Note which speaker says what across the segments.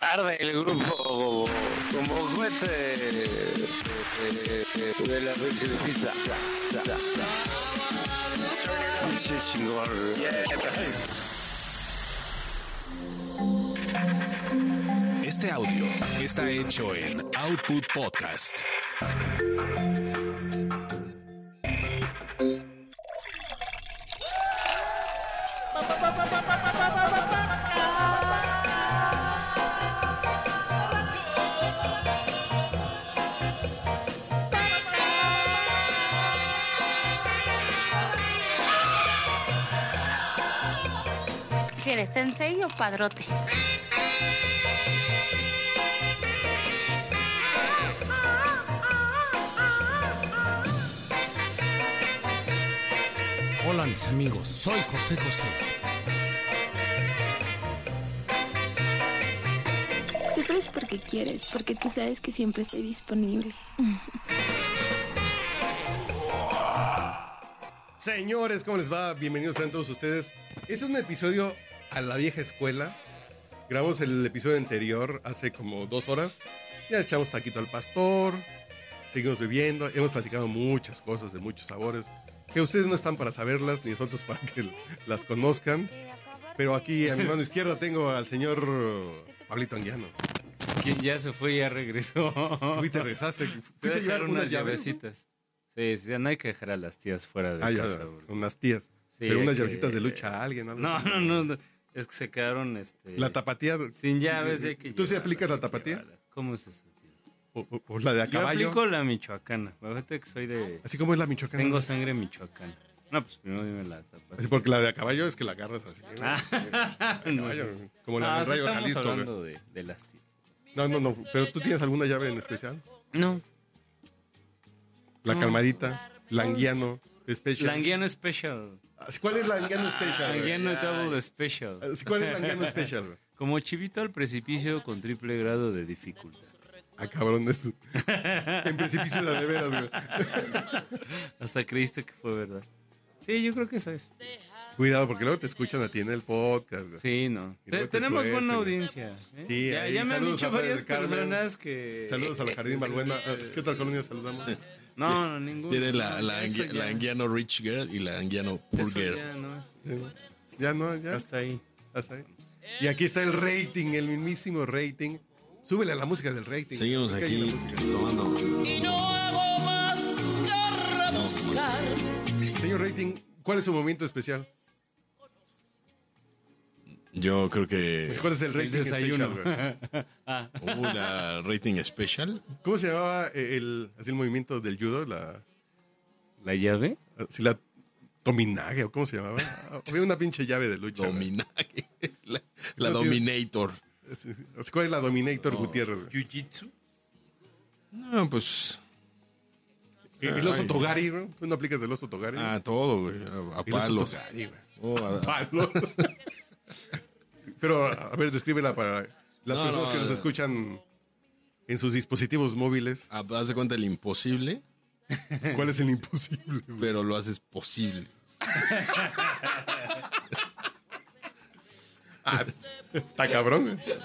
Speaker 1: tarde el grupo como, como juez de, de la princesita. Pinche chingón.
Speaker 2: Este audio está hecho en Output Podcast.
Speaker 3: ¿Quieres sensei o padrote?
Speaker 4: Hola mis amigos, soy José José.
Speaker 5: Sufres porque quieres, porque tú sabes que siempre estoy disponible.
Speaker 6: Señores, ¿cómo les va? Bienvenidos a todos ustedes. Este es un episodio a la vieja escuela. Grabamos el episodio anterior hace como dos horas. Ya echamos taquito al pastor. Seguimos bebiendo. Hemos platicado muchas cosas de muchos sabores que ustedes no están para saberlas, ni nosotros para que las conozcan. Pero aquí a mi mano izquierda tengo al señor Pablito Anguiano.
Speaker 7: Quien ya se fue y ya regresó.
Speaker 6: Fuiste, regresaste.
Speaker 7: Te voy
Speaker 6: Fuiste
Speaker 7: a
Speaker 6: a llevar
Speaker 7: dejar
Speaker 6: unas
Speaker 7: unas
Speaker 6: llaves.
Speaker 7: llavecitas. Sí, sí, no hay que dejar a las tías fuera de
Speaker 6: Ah, ya,
Speaker 7: casa. bro.
Speaker 6: unas tías.
Speaker 7: Sí,
Speaker 6: pero unas
Speaker 7: hay que-
Speaker 6: llavecitas de lucha a alguien. algo
Speaker 7: No,
Speaker 6: así.
Speaker 7: no, no, no. Es que se quedaron este,
Speaker 6: La tapatía.
Speaker 7: sin llaves. y hay que
Speaker 6: ¿Tú sí
Speaker 7: llevarlas,
Speaker 6: aplicas la
Speaker 7: hay que
Speaker 6: tapatía?
Speaker 7: llevarlas. ¿Cómo es eso, tío?
Speaker 6: O, o- o la de a
Speaker 7: Yo
Speaker 6: caballo.
Speaker 7: aplico la michoacana. Fíjate que soy de.
Speaker 6: Así como es la michoacana.
Speaker 7: Tengo sangre michoacana. No, pues primero dime la
Speaker 6: Así
Speaker 7: tapatía.
Speaker 6: porque la de a caballo es que la agarras así.
Speaker 7: Ah. No,
Speaker 6: Caballo,
Speaker 7: sí, sí.
Speaker 6: como la del
Speaker 7: Ah, sí
Speaker 6: Rayo
Speaker 7: estamos
Speaker 6: Jalisco, güey.
Speaker 7: hablando de, de las tías.
Speaker 6: No, no, no. Pero tú tienes alguna llave en especial.
Speaker 7: No,
Speaker 6: La calmadita, languiano, special.
Speaker 7: Languiano Special.
Speaker 6: Así, ¿Cuál es languiano special? güey?
Speaker 7: Languiano Double Special.
Speaker 6: Así, ¿Cuál es languiano special? güey?
Speaker 7: Como chivito al precipicio con triple grado de dificultad.
Speaker 6: Ah, cabrón. es- En precipicio de de veras, güey.
Speaker 7: Hasta creíste que fue verdad. Sí, yo creo que eso es.
Speaker 6: Cuidado, porque luego te escuchan a ti en el podcast. güey.
Speaker 7: Sí, no.
Speaker 6: Y luego te
Speaker 7: Te- tenemos
Speaker 6: tuercen,
Speaker 7: buena
Speaker 6: ¿no?
Speaker 7: audiencia. ¿eh?
Speaker 6: Sí,
Speaker 7: ya,
Speaker 6: ahí,
Speaker 7: ya me han
Speaker 6: saludos
Speaker 7: dicho
Speaker 6: a Playa
Speaker 7: varias
Speaker 6: del Carmen.
Speaker 7: personas que.
Speaker 6: Saludos al Jardín Balbuena. Ah, ¿Qué otra colonia saludamos?
Speaker 7: No, no, ninguna.
Speaker 4: Tiene la, la,
Speaker 7: Eso
Speaker 4: anguia-
Speaker 7: ya-
Speaker 4: la Anguiano Rich Girl y la Anguiano Poor
Speaker 7: eso
Speaker 4: Girl.
Speaker 7: ya no es-
Speaker 6: Ya no, ya.
Speaker 7: Hasta ahí.
Speaker 6: Hasta ahí. Y aquí está el rating, el mismísimo rating. Súbele a la música del rating.
Speaker 4: Seguimos
Speaker 6: Porque hay
Speaker 4: aquí
Speaker 6: una música.
Speaker 4: tomando.
Speaker 8: Y no hago más que rebuscar.
Speaker 6: Señor rating, ¿cuál es su momento especial?
Speaker 4: Yo creo que
Speaker 6: ¿Cuál es el rating
Speaker 7: desayuno.
Speaker 6: especial? güey?
Speaker 4: hubo una rating especial.
Speaker 6: ¿Cómo se llamaba eh, el, así el movimiento del judo? La,
Speaker 7: ¿La llave?
Speaker 6: así la Tominague, ¿o cómo se llamaba? Había una pinche llave de lucha. güey.
Speaker 4: Dominaje. La, la
Speaker 6: No, tío.
Speaker 4: Dominator.
Speaker 6: Así- así, ¿Cuál es la Dominator Gutiérrez? güey?
Speaker 7: Jiu-jitsu.
Speaker 4: No, pues
Speaker 6: ¿Y
Speaker 4: Ah,
Speaker 6: el oso Togari, güey? ¿Tú no aplicas el oso Togari?
Speaker 4: a todo, güey. A, a
Speaker 6: el
Speaker 4: Ah,
Speaker 6: oso
Speaker 4: palos.
Speaker 6: Togari, güey.
Speaker 4: Oh, a-
Speaker 6: Palos. Pero, a ver, descríbela para las
Speaker 4: No,
Speaker 6: personas
Speaker 4: no,
Speaker 6: que nos
Speaker 4: no.
Speaker 6: escuchan en sus dispositivos móviles.
Speaker 4: a- haz de cuenta el imposible, Ah.
Speaker 6: ¿Cuál es el imposible? güey?
Speaker 4: pero lo haces posible.
Speaker 6: Ah, Está cabrón. güey.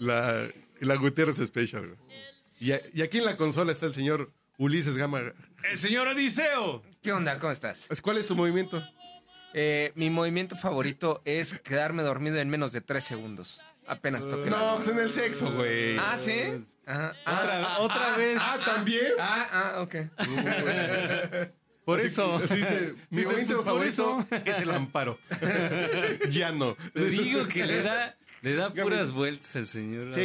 Speaker 6: La, la Gutiérrez Special. güey. Y, a- y aquí en la consola está el señor Ulises Gama.
Speaker 7: El señor Odiseo.
Speaker 9: ¿Qué onda? ¿Cómo estás?
Speaker 6: Pues, ¿Cuál es tu movimiento?
Speaker 9: Eh, mi movimiento favorito es quedarme dormido en menos de tres segundos. Apenas toqué. la-
Speaker 6: No, pues en el sexo, güey.
Speaker 9: Ah, ¿sí? Ajá. Ah,
Speaker 7: Otra,
Speaker 9: ah,
Speaker 7: otra
Speaker 9: ah,
Speaker 7: vez.
Speaker 6: Ah, ¿también?
Speaker 9: Ah, ah, ok.
Speaker 7: Por
Speaker 6: Así-
Speaker 7: eso.
Speaker 6: así dice, mi
Speaker 7: Dice,
Speaker 6: movimiento
Speaker 7: pues, por
Speaker 6: favorito
Speaker 7: eso.
Speaker 6: es el amparo. ya no.
Speaker 7: Te digo que le da, le da
Speaker 6: Dígame.
Speaker 7: puras vueltas al señor.
Speaker 6: Sí,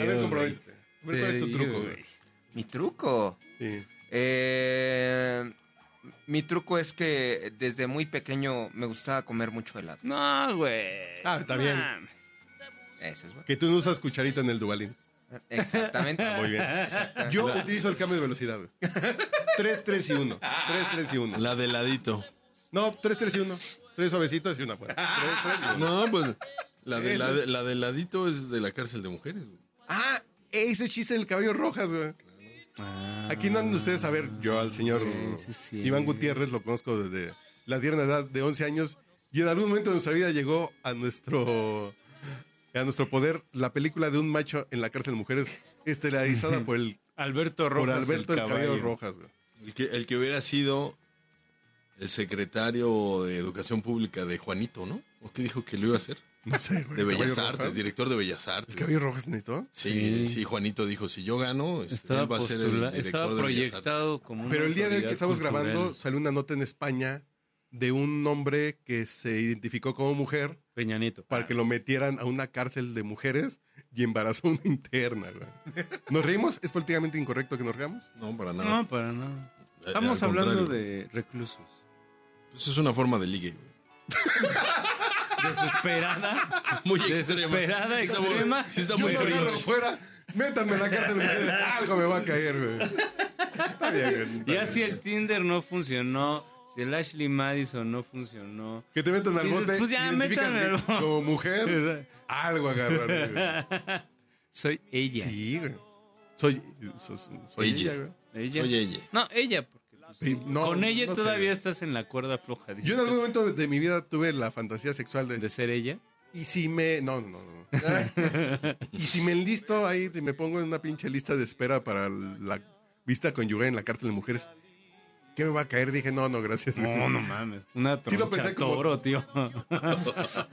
Speaker 6: a ver, comprométete. A ver, ¿cuál es tu truco, güey?
Speaker 9: Mi truco.
Speaker 6: Sí.
Speaker 9: Eh, mi truco es que desde muy pequeño me gustaba comer mucho helado.
Speaker 7: No, güey.
Speaker 6: Ah, está bien.
Speaker 7: Mames.
Speaker 9: Eso es bueno.
Speaker 6: Que tú no usas cucharita en el Dubalín.
Speaker 9: Exactamente.
Speaker 6: Muy bien. Yo utilizo el cambio de velocidad. güey. 3, 3 y 1. 3, 3 y 1.
Speaker 4: La de ladito.
Speaker 6: No, 3, 3 y 1. Tres suavecitas y una fuera. 3, 3 y 1.
Speaker 4: No, pues la de,
Speaker 6: Eso
Speaker 4: la,
Speaker 6: es.
Speaker 4: de- la de ladito es de la cárcel de mujeres, güey.
Speaker 6: Ah, ese chiste del cabello rojas, güey. Aquí no andan ustedes a ver, yo al señor
Speaker 7: sí, sí.
Speaker 6: Iván Gutiérrez lo conozco desde la tierna edad de 11 años y en algún momento de nuestra vida llegó a nuestro a nuestro poder la película de un macho en la cárcel de mujeres estelarizada por el
Speaker 7: Alberto
Speaker 6: por
Speaker 7: Rojas.
Speaker 6: Alberto el Caballo,
Speaker 7: Caballo.
Speaker 6: Rojas, güey.
Speaker 4: El que, el que hubiera sido el secretario de Educación Pública de Juanito, ¿no? ¿O qué dijo que lo iba a hacer?
Speaker 6: No sé, güey.
Speaker 4: De Bellas
Speaker 6: Caballo
Speaker 4: Artes,
Speaker 6: Rojas.
Speaker 4: director de Bellas Artes.
Speaker 6: ¿El Caballo Rojas necesitó?
Speaker 4: Sí,
Speaker 7: Sí.
Speaker 4: sí, Juanito dijo, si yo gano, este,
Speaker 7: Estaba,
Speaker 4: él va a ser el
Speaker 7: postula-
Speaker 4: director
Speaker 7: estaba
Speaker 4: de Bellas Artes.
Speaker 7: proyectado como una
Speaker 6: Pero el día del que
Speaker 7: autoridad
Speaker 6: estamos
Speaker 7: cultural.
Speaker 6: grabando salió una nota en España de un hombre que se identificó como mujer
Speaker 7: Peña Nieto.
Speaker 6: para que lo metieran a una cárcel de mujeres y embarazó a una interna. güey. ¿Nos reímos? ¿Es políticamente incorrecto que nos reamos?
Speaker 4: No, para nada.
Speaker 7: No, para nada.
Speaker 4: Al-
Speaker 7: Estamos
Speaker 4: al
Speaker 7: hablando
Speaker 4: contrario.
Speaker 7: de reclusos.
Speaker 4: Pues es una forma de ligue.
Speaker 7: Desesperada.
Speaker 4: Muy
Speaker 7: Desesperada,
Speaker 4: Sí está muy-
Speaker 7: extrema.
Speaker 4: Sí está
Speaker 6: Yo
Speaker 4: muy
Speaker 6: no agarro
Speaker 4: fringe.
Speaker 6: fuera, métanme en la cárcel de mujeres, algo me va a caer, güey. Está bien, güey, está
Speaker 7: Ya
Speaker 6: bien.
Speaker 7: si el Tinder no funcionó, si el Ashley Madison no funcionó.
Speaker 6: Que te metan al
Speaker 7: Dices,
Speaker 6: bote.
Speaker 7: pues ya,
Speaker 6: identifícate
Speaker 7: métanme al bote.
Speaker 6: Como mujer, algo agarrar. güey.
Speaker 7: Soy ella.
Speaker 6: Sí, güey. Soy, so- soy
Speaker 4: Ella.
Speaker 6: ella, güey.
Speaker 7: Ella.
Speaker 4: Oye, oye.
Speaker 7: No, ella, porque pues,
Speaker 6: Sí, no,
Speaker 7: con ella
Speaker 6: no sé.
Speaker 7: todavía estás en la cuerda floja. dices
Speaker 6: Yo en algún
Speaker 7: tú,
Speaker 6: momento de mi vida tuve la fantasía sexual de
Speaker 7: de ser ella.
Speaker 6: Y si me. No, no, no. no. y si me enlisto ahí, si me pongo en una pinche lista de espera para la vista conyugal en la cárcel de mujeres, ¿qué me va a caer? Dije, no, no, gracias.
Speaker 7: No, no mames. Una
Speaker 6: Sí lo
Speaker 7: troncha
Speaker 6: pensé como-
Speaker 7: toro, tío.
Speaker 9: Es-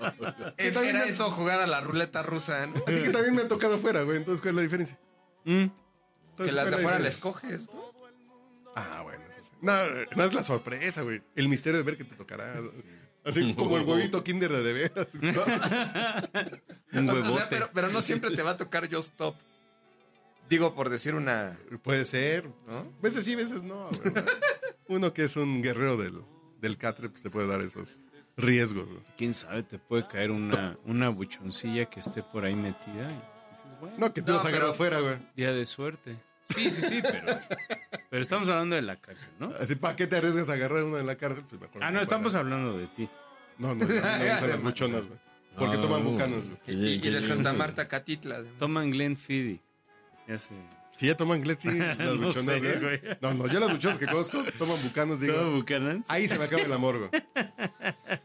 Speaker 6: Está bien,
Speaker 9: era
Speaker 6: ¿no?
Speaker 9: eso jugar a la ruleta rusa, ¿no?
Speaker 6: Así que también me ha tocado fuera, güey. Entonces, ¿cuál es la diferencia?
Speaker 7: Mm.
Speaker 9: Que
Speaker 6: Entonces, ¿cuál es
Speaker 9: las de
Speaker 6: la
Speaker 9: afuera
Speaker 6: diferencia?
Speaker 9: la escoges, ¿no?
Speaker 6: Ah, bueno, eso sí. No, no es la sorpresa, güey. El misterio de ver que te tocará. Así como el huevito Kinder de de veras. ¿no?
Speaker 7: Un
Speaker 9: O sea,
Speaker 7: huevote.
Speaker 9: pero, pero no siempre te va a tocar yo stop. Digo, por decir una.
Speaker 6: Puede ser, ¿no? Veces sí, veces no, güey. Uno que es un guerrero del, del catre, pues te puede dar esos riesgos, güey.
Speaker 7: Quién sabe, te puede caer una, una buchoncilla que esté por ahí metida. Y dices, bueno,
Speaker 6: No, que tú
Speaker 9: No,
Speaker 6: las agarras fuera,
Speaker 9: pero-
Speaker 6: güey.
Speaker 7: día de suerte. Sí, sí, sí, pero, pero estamos hablando de la cárcel, ¿no?
Speaker 6: Así, ¿para qué te arriesgas a agarrar una en la cárcel? Pues mejor.
Speaker 7: Ah, no,
Speaker 6: fuera.
Speaker 7: estamos hablando de ti.
Speaker 6: No, no, no, no usan las buchonas, güey. Porque
Speaker 4: Ah,
Speaker 6: toman
Speaker 4: no.
Speaker 6: bucanos, güey.
Speaker 9: Y, y
Speaker 4: Qué
Speaker 9: de
Speaker 4: bien,
Speaker 9: Santa
Speaker 4: güey.
Speaker 9: Marta Catitla.
Speaker 7: Toman Glenn Fiddy. Ya sé.
Speaker 6: Si ya toman Gleti, las
Speaker 7: No
Speaker 6: buchonas,
Speaker 7: sé,
Speaker 6: güey.
Speaker 7: güey.
Speaker 6: No, no, yo las buchonas que conozco toman bucanos,
Speaker 7: ¿Todo
Speaker 6: digo.
Speaker 7: Bucanans?
Speaker 6: Ahí se me acaba el amor, güey.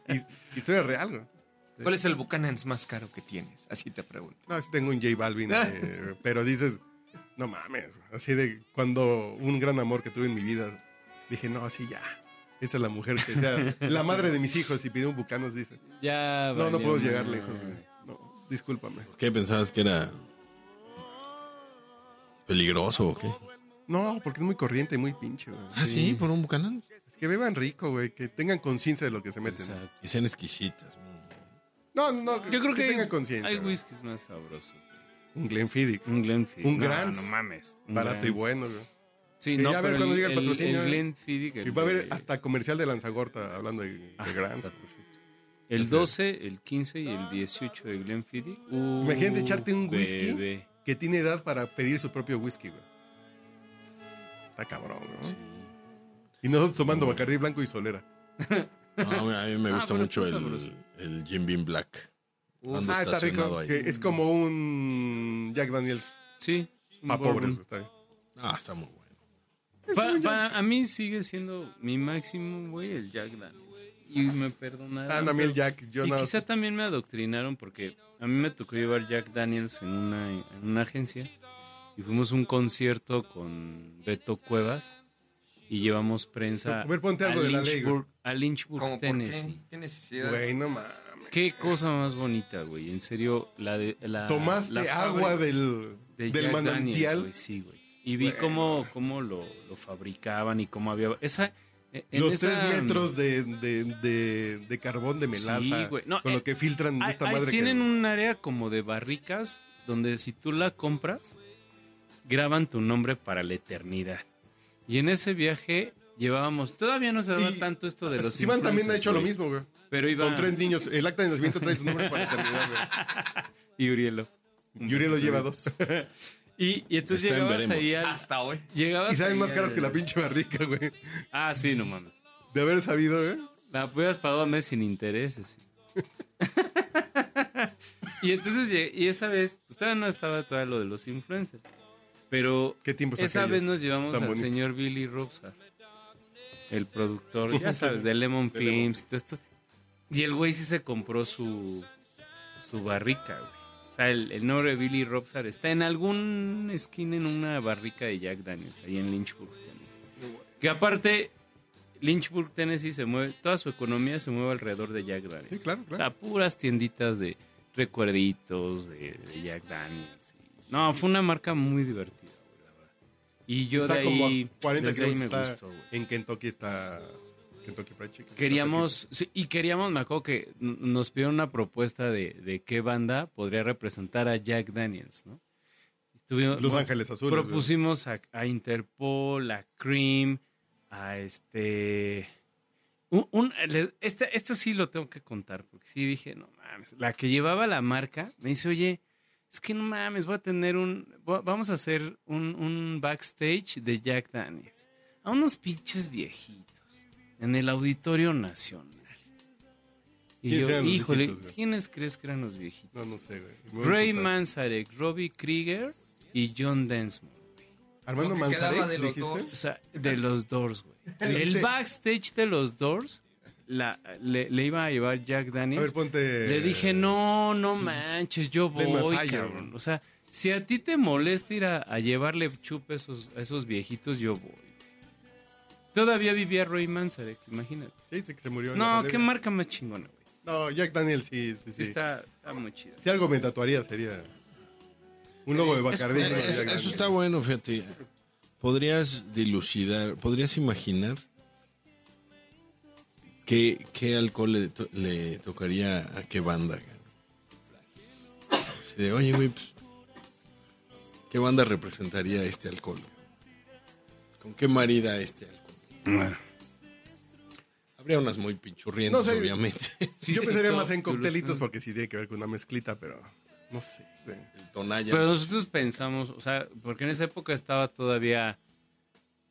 Speaker 6: Y, historia real, güey.
Speaker 9: ¿Cuál es el Buchanan's más caro que tienes? Así te pregunto.
Speaker 6: No, sí tengo un J Balvin, eh, pero dices, no mames. güey. Así de cuando un gran amor que tuve en mi vida, dije, no, así ya. Esa es la mujer que sea la madre de mis hijos y pide un bucanos, dice.
Speaker 7: Ya
Speaker 6: No, no
Speaker 7: valió
Speaker 6: puedo llegar
Speaker 7: madre.
Speaker 6: lejos, güey. No, discúlpame.
Speaker 4: ¿Qué pensabas que era peligroso o qué?
Speaker 6: No, porque es muy corriente y muy pinche, güey.
Speaker 4: Ah, sí, por un bucanán.
Speaker 6: Es que beban rico, güey, que tengan conciencia de lo que se meten.
Speaker 7: Exacto.
Speaker 4: Y sean exquisitas.
Speaker 6: No, no, no,
Speaker 7: Yo creo que,
Speaker 6: tengan
Speaker 7: hay, hay
Speaker 6: conciencia. güey.
Speaker 7: whiskies más sabrosos.
Speaker 6: Un Glenfiddich,
Speaker 7: Un Glenfiddich.
Speaker 6: Un
Speaker 7: no,
Speaker 6: Grants.
Speaker 7: No mames. Un
Speaker 6: barato y
Speaker 7: Grants.
Speaker 6: bueno, güey.
Speaker 7: Sí,
Speaker 6: Que
Speaker 7: no,
Speaker 6: ya a ver
Speaker 7: pero
Speaker 6: cuando llega el patrocinio,
Speaker 7: El,
Speaker 6: ¿eh?
Speaker 7: Glenfiddich, el
Speaker 6: Y va a haber
Speaker 7: de-
Speaker 6: hasta comercial de Lanzagorta hablando de, de
Speaker 7: Ah,
Speaker 6: Grants.
Speaker 7: está perfecto. El 12, el 15 y el 18 de Glenfiddich. Uh,
Speaker 6: Imagínate echarte un whisky.
Speaker 7: bebé.
Speaker 6: Que tiene edad para pedir su propio whisky, güey. Está cabrón, ¿no? Y nosotros tomando Bacardí blanco y solera.
Speaker 4: No, a mí me
Speaker 7: Ah,
Speaker 4: gusta
Speaker 7: pero
Speaker 4: mucho
Speaker 7: está
Speaker 4: el,
Speaker 7: sabroso.
Speaker 4: el Jim Beam Black. Ando
Speaker 6: ah, está
Speaker 4: estacionado
Speaker 6: rico.
Speaker 4: ahí.
Speaker 6: que es como un Jack Daniels
Speaker 7: Sí. un
Speaker 6: para
Speaker 7: bourbon.
Speaker 6: pobres, güey, está bien.
Speaker 4: Ah, está muy bueno.
Speaker 7: Pa- pa- a mí sigue siendo mi máximo, güey, el Jack Daniels. Y me perdonaron.
Speaker 6: Ah, no, a mí el
Speaker 7: pero-
Speaker 6: Jack, yo
Speaker 7: y
Speaker 6: no.
Speaker 7: quizá también me adoctrinaron porque a mí me tocó llevar Jack Daniels en una, en una agencia y fuimos a un concierto con Beto Cuevas y llevamos prensa
Speaker 6: A ver, ponte algo
Speaker 7: a,
Speaker 6: de la ley, güey.
Speaker 7: Lynchburg, a Lynchburg,
Speaker 9: Como, ¿por qué?
Speaker 7: Tennessee.
Speaker 9: ¿Qué necesidad?
Speaker 6: Güey, no mames.
Speaker 7: Qué cosa más bonita, güey. En serio, la de la
Speaker 6: Tomaste
Speaker 7: Ah, la
Speaker 6: agua
Speaker 7: fábrica
Speaker 6: del,
Speaker 7: de
Speaker 6: del
Speaker 7: Jack
Speaker 6: manantial.
Speaker 7: Daniels, güey, sí, güey. Y vi
Speaker 6: Bueno.
Speaker 7: cómo, cómo lo, lo fabricaban y cómo había esa e, en
Speaker 6: los
Speaker 7: esa-
Speaker 6: tres metros de, de, de, de carbón de melaza.
Speaker 7: Sí, güey. No,
Speaker 6: con
Speaker 7: eh,
Speaker 6: lo que filtran de
Speaker 7: Ahí-
Speaker 6: esta
Speaker 7: ahí
Speaker 6: madre.
Speaker 7: tienen
Speaker 6: que,
Speaker 7: un área como de barricas donde si tú la compras, graban tu nombre para la eternidad. Y en ese viaje llevábamos, todavía no se daba
Speaker 6: Y-
Speaker 7: tanto esto de los...
Speaker 6: Simán también ha
Speaker 7: influencers,
Speaker 6: hecho lo
Speaker 7: güey,
Speaker 6: mismo, güey.
Speaker 7: Pero iba...
Speaker 6: Con tres niños. El acta de nacimiento trae su nombre para terminar,
Speaker 7: Y Urielo.
Speaker 6: güey. Yuri lo lleva dos.
Speaker 7: Y, y entonces
Speaker 4: Está en
Speaker 7: llegabas
Speaker 4: veremos.
Speaker 7: ahí al-
Speaker 9: Hasta hoy.
Speaker 7: llegabas
Speaker 6: Y saben
Speaker 7: ahí
Speaker 6: más
Speaker 7: al-
Speaker 6: caras que la pinche barrica, güey.
Speaker 7: Ah, sí, no mames.
Speaker 6: De haber sabido, ¿eh? güey.
Speaker 7: La hubieras pagado a mes sin intereses. sí. y entonces, llegué- y esa vez, pues todavía no estaba todo lo de los influencers. Pero
Speaker 6: Qué tiempos
Speaker 7: Esa
Speaker 6: aquellos
Speaker 7: vez nos llevamos
Speaker 6: tan
Speaker 7: al
Speaker 6: bonitos.
Speaker 7: señor Billy Robsar, el productor, ya sabes, de Lemon
Speaker 6: De Lemon.
Speaker 7: Films y todo esto. Y el güey sí se compró su, su barrica, güey. sea, el, el nombre de Billy Robsar está en alguna esquina en una barrica de Jack Daniels, ahí en Lynchburg, Tennessee. Que aparte, Lynchburg, Tennessee se mueve, toda su economía se mueve alrededor de Jack Daniels.
Speaker 6: Sí, claro,
Speaker 7: O
Speaker 6: claro.
Speaker 7: sea, puras tienditas de recuerditos, de, de Jack Daniels. y- No, fue una marca muy divertida, güey, la verdad. Y yo
Speaker 6: está
Speaker 7: de
Speaker 6: como
Speaker 7: ahí,
Speaker 6: a 40
Speaker 7: desde ahí
Speaker 6: kilómetros.
Speaker 7: me
Speaker 6: está
Speaker 7: gustó, güey.
Speaker 6: en Kentucky está Kentucky Fried Chicken.
Speaker 7: Queríamos, sí, y queríamos, me acuerdo que n- nos pidieron una propuesta de, de qué banda podría representar a Jack Daniels, ¿no? Estuvimos,
Speaker 6: Los
Speaker 7: bueno,
Speaker 6: Ángeles Azules. güey.
Speaker 7: propusimos a, a Interpol, a Cream, a este... un- un- le- este- esto sí lo tengo que contar, porque sí dije, no mames, la que llevaba la marca me dice, oye, es que no mames, voy a tener un, va- vamos a hacer un, un backstage de Jack Daniels, a unos pinches viejitos, en el Auditorio Nacional. Y
Speaker 6: ¿Quiénes
Speaker 7: yo,
Speaker 6: eran los
Speaker 7: híjole,
Speaker 6: viejitos, güey?
Speaker 7: ¿quiénes crees que eran los viejitos?
Speaker 6: No, no sé, güey. Me voy a
Speaker 7: Ray
Speaker 6: encontrar.
Speaker 7: Manzarek, Robbie Krieger y John Densmore.
Speaker 6: Armando
Speaker 9: Lo que quedaba
Speaker 6: Manzarek,
Speaker 9: de los
Speaker 6: dijiste.
Speaker 7: O sea, de los Doors, güey.
Speaker 6: Dijiste-
Speaker 7: El backstage de los Doors la, le, le iba a llevar Jack
Speaker 6: A ver, pues, eh,
Speaker 7: Daniels.
Speaker 6: ponte.
Speaker 7: le dije, no, no manches, yo
Speaker 6: Flame of
Speaker 7: voy,
Speaker 6: Fire,
Speaker 7: cabrón.
Speaker 6: güey.
Speaker 7: O sea, si a ti te molesta ir a, a llevarle chupe a esos, a esos viejitos, yo voy. Todavía vivía Ray Manzarek, imagínate.
Speaker 6: Sí, dice que se murió. en la
Speaker 7: No,
Speaker 6: pandemia.
Speaker 7: qué marca más chingona, güey.
Speaker 6: No, Jack Daniel, sí, sí,
Speaker 7: Sí,
Speaker 6: sí.
Speaker 7: Está, está muy chida.
Speaker 6: Si algo me tatuaría sería. Un logo de Bacardí.
Speaker 4: Eh,
Speaker 6: con
Speaker 4: es-
Speaker 6: Jack Daniels.
Speaker 4: eso está bueno, fíjate. Podrías dilucidar, podrías imaginar qué, qué alcohol le, to- le tocaría a qué banda. cabrón. Así de, oye, güey, pues, ¿qué banda representaría este alcohol? ¿Con qué marida este alcohol? Habría unas muy pinchurrientas,
Speaker 6: No sé.
Speaker 4: obviamente.
Speaker 7: Sí,
Speaker 6: Yo
Speaker 7: sí,
Speaker 6: pensaría
Speaker 7: todo
Speaker 6: más en
Speaker 7: Toulouse,
Speaker 6: coctelitos
Speaker 7: ¿no?
Speaker 6: porque sí tiene que ver con una mezclita, pero no sé. güey.
Speaker 4: El Tonaya.
Speaker 7: Pero nosotros pensamos, o sea, porque en esa época estaba todavía.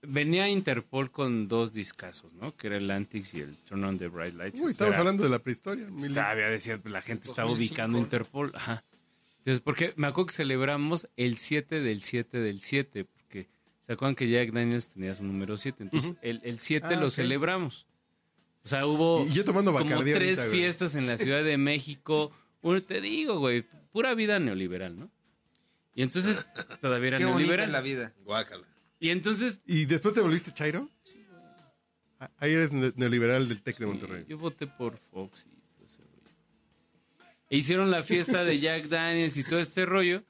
Speaker 7: Venía Interpol con dos discazos, ¿no? Que era el Antics y el Turn on the Bright Lights.
Speaker 6: Uy,
Speaker 7: Entonces
Speaker 6: estamos
Speaker 7: era-
Speaker 6: hablando de la prehistoria. mil-
Speaker 7: Todavía decía, la gente estaba
Speaker 9: 2005,
Speaker 7: ubicando
Speaker 9: ¿no?
Speaker 7: Interpol. Ajá. Entonces, porque me acuerdo que celebramos el 7 del 7 del 7, porque se acuerdan que Jack Daniels tenía su número 7. Entonces, el, el 7
Speaker 6: Ah,
Speaker 7: lo
Speaker 6: ok.
Speaker 7: celebramos. O sea, hubo
Speaker 6: Y yo tomando
Speaker 7: Oh, como
Speaker 6: Bacardí.
Speaker 7: tres
Speaker 6: ahorita, güey.
Speaker 7: fiestas en la Ciudad de México. Uno, te digo, güey, pura vida neoliberal, ¿no? Y entonces todavía era
Speaker 9: Qué bonita
Speaker 7: neoliberal.
Speaker 9: la vida.
Speaker 4: Guácala.
Speaker 7: Y entonces
Speaker 6: ¿Y después te volviste Chairo? Ah, Ahí eres ne- neoliberal del Tec de Monterrey.
Speaker 7: yo voté por Fox y todo ese rollo. E hicieron la fiesta de Jack Daniels y todo este rollo.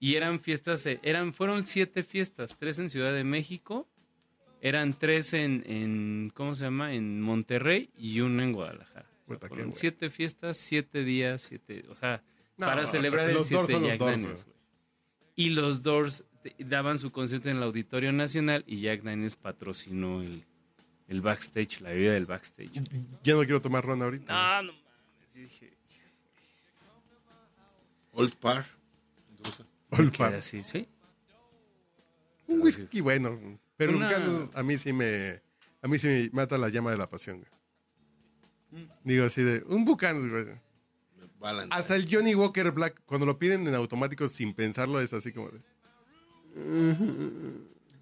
Speaker 7: Y eran fiestas, eh, eran, fueron siete fiestas, tres en Ciudad de México, eran tres en, en ¿cómo se llama? En Monterrey y una en Guadalajara. O sea,
Speaker 6: Puta, qué
Speaker 7: fueron
Speaker 6: bueno.
Speaker 7: siete fiestas, siete días, siete, o sea,
Speaker 6: No,
Speaker 7: para
Speaker 6: no,
Speaker 7: celebrar el
Speaker 6: los Doors
Speaker 7: 7
Speaker 6: son los
Speaker 7: Jack
Speaker 6: Doors,
Speaker 7: Daniels, güey. Y los Doors te- daban su concierto en el Auditorio Nacional y Jack Daniels patrocinó el, el backstage, la bebida del backstage.
Speaker 6: Ya no quiero tomar ron ahorita.
Speaker 7: No, no mames. Dije,
Speaker 4: Old Par.
Speaker 6: Old
Speaker 7: ¿qué
Speaker 6: Parr.
Speaker 7: era así? ¿Sí?
Speaker 6: Un whisky bueno. Pero
Speaker 7: Una-
Speaker 6: Vulcanos a mí sí me. A mí sí me mata la llama de la pasión, güey.
Speaker 7: Mm.
Speaker 6: Digo así de. Un Bucanos, güey.
Speaker 4: Balance.
Speaker 6: Hasta el Johnny Walker Black, cuando lo piden en automático sin pensarlo, es así como de.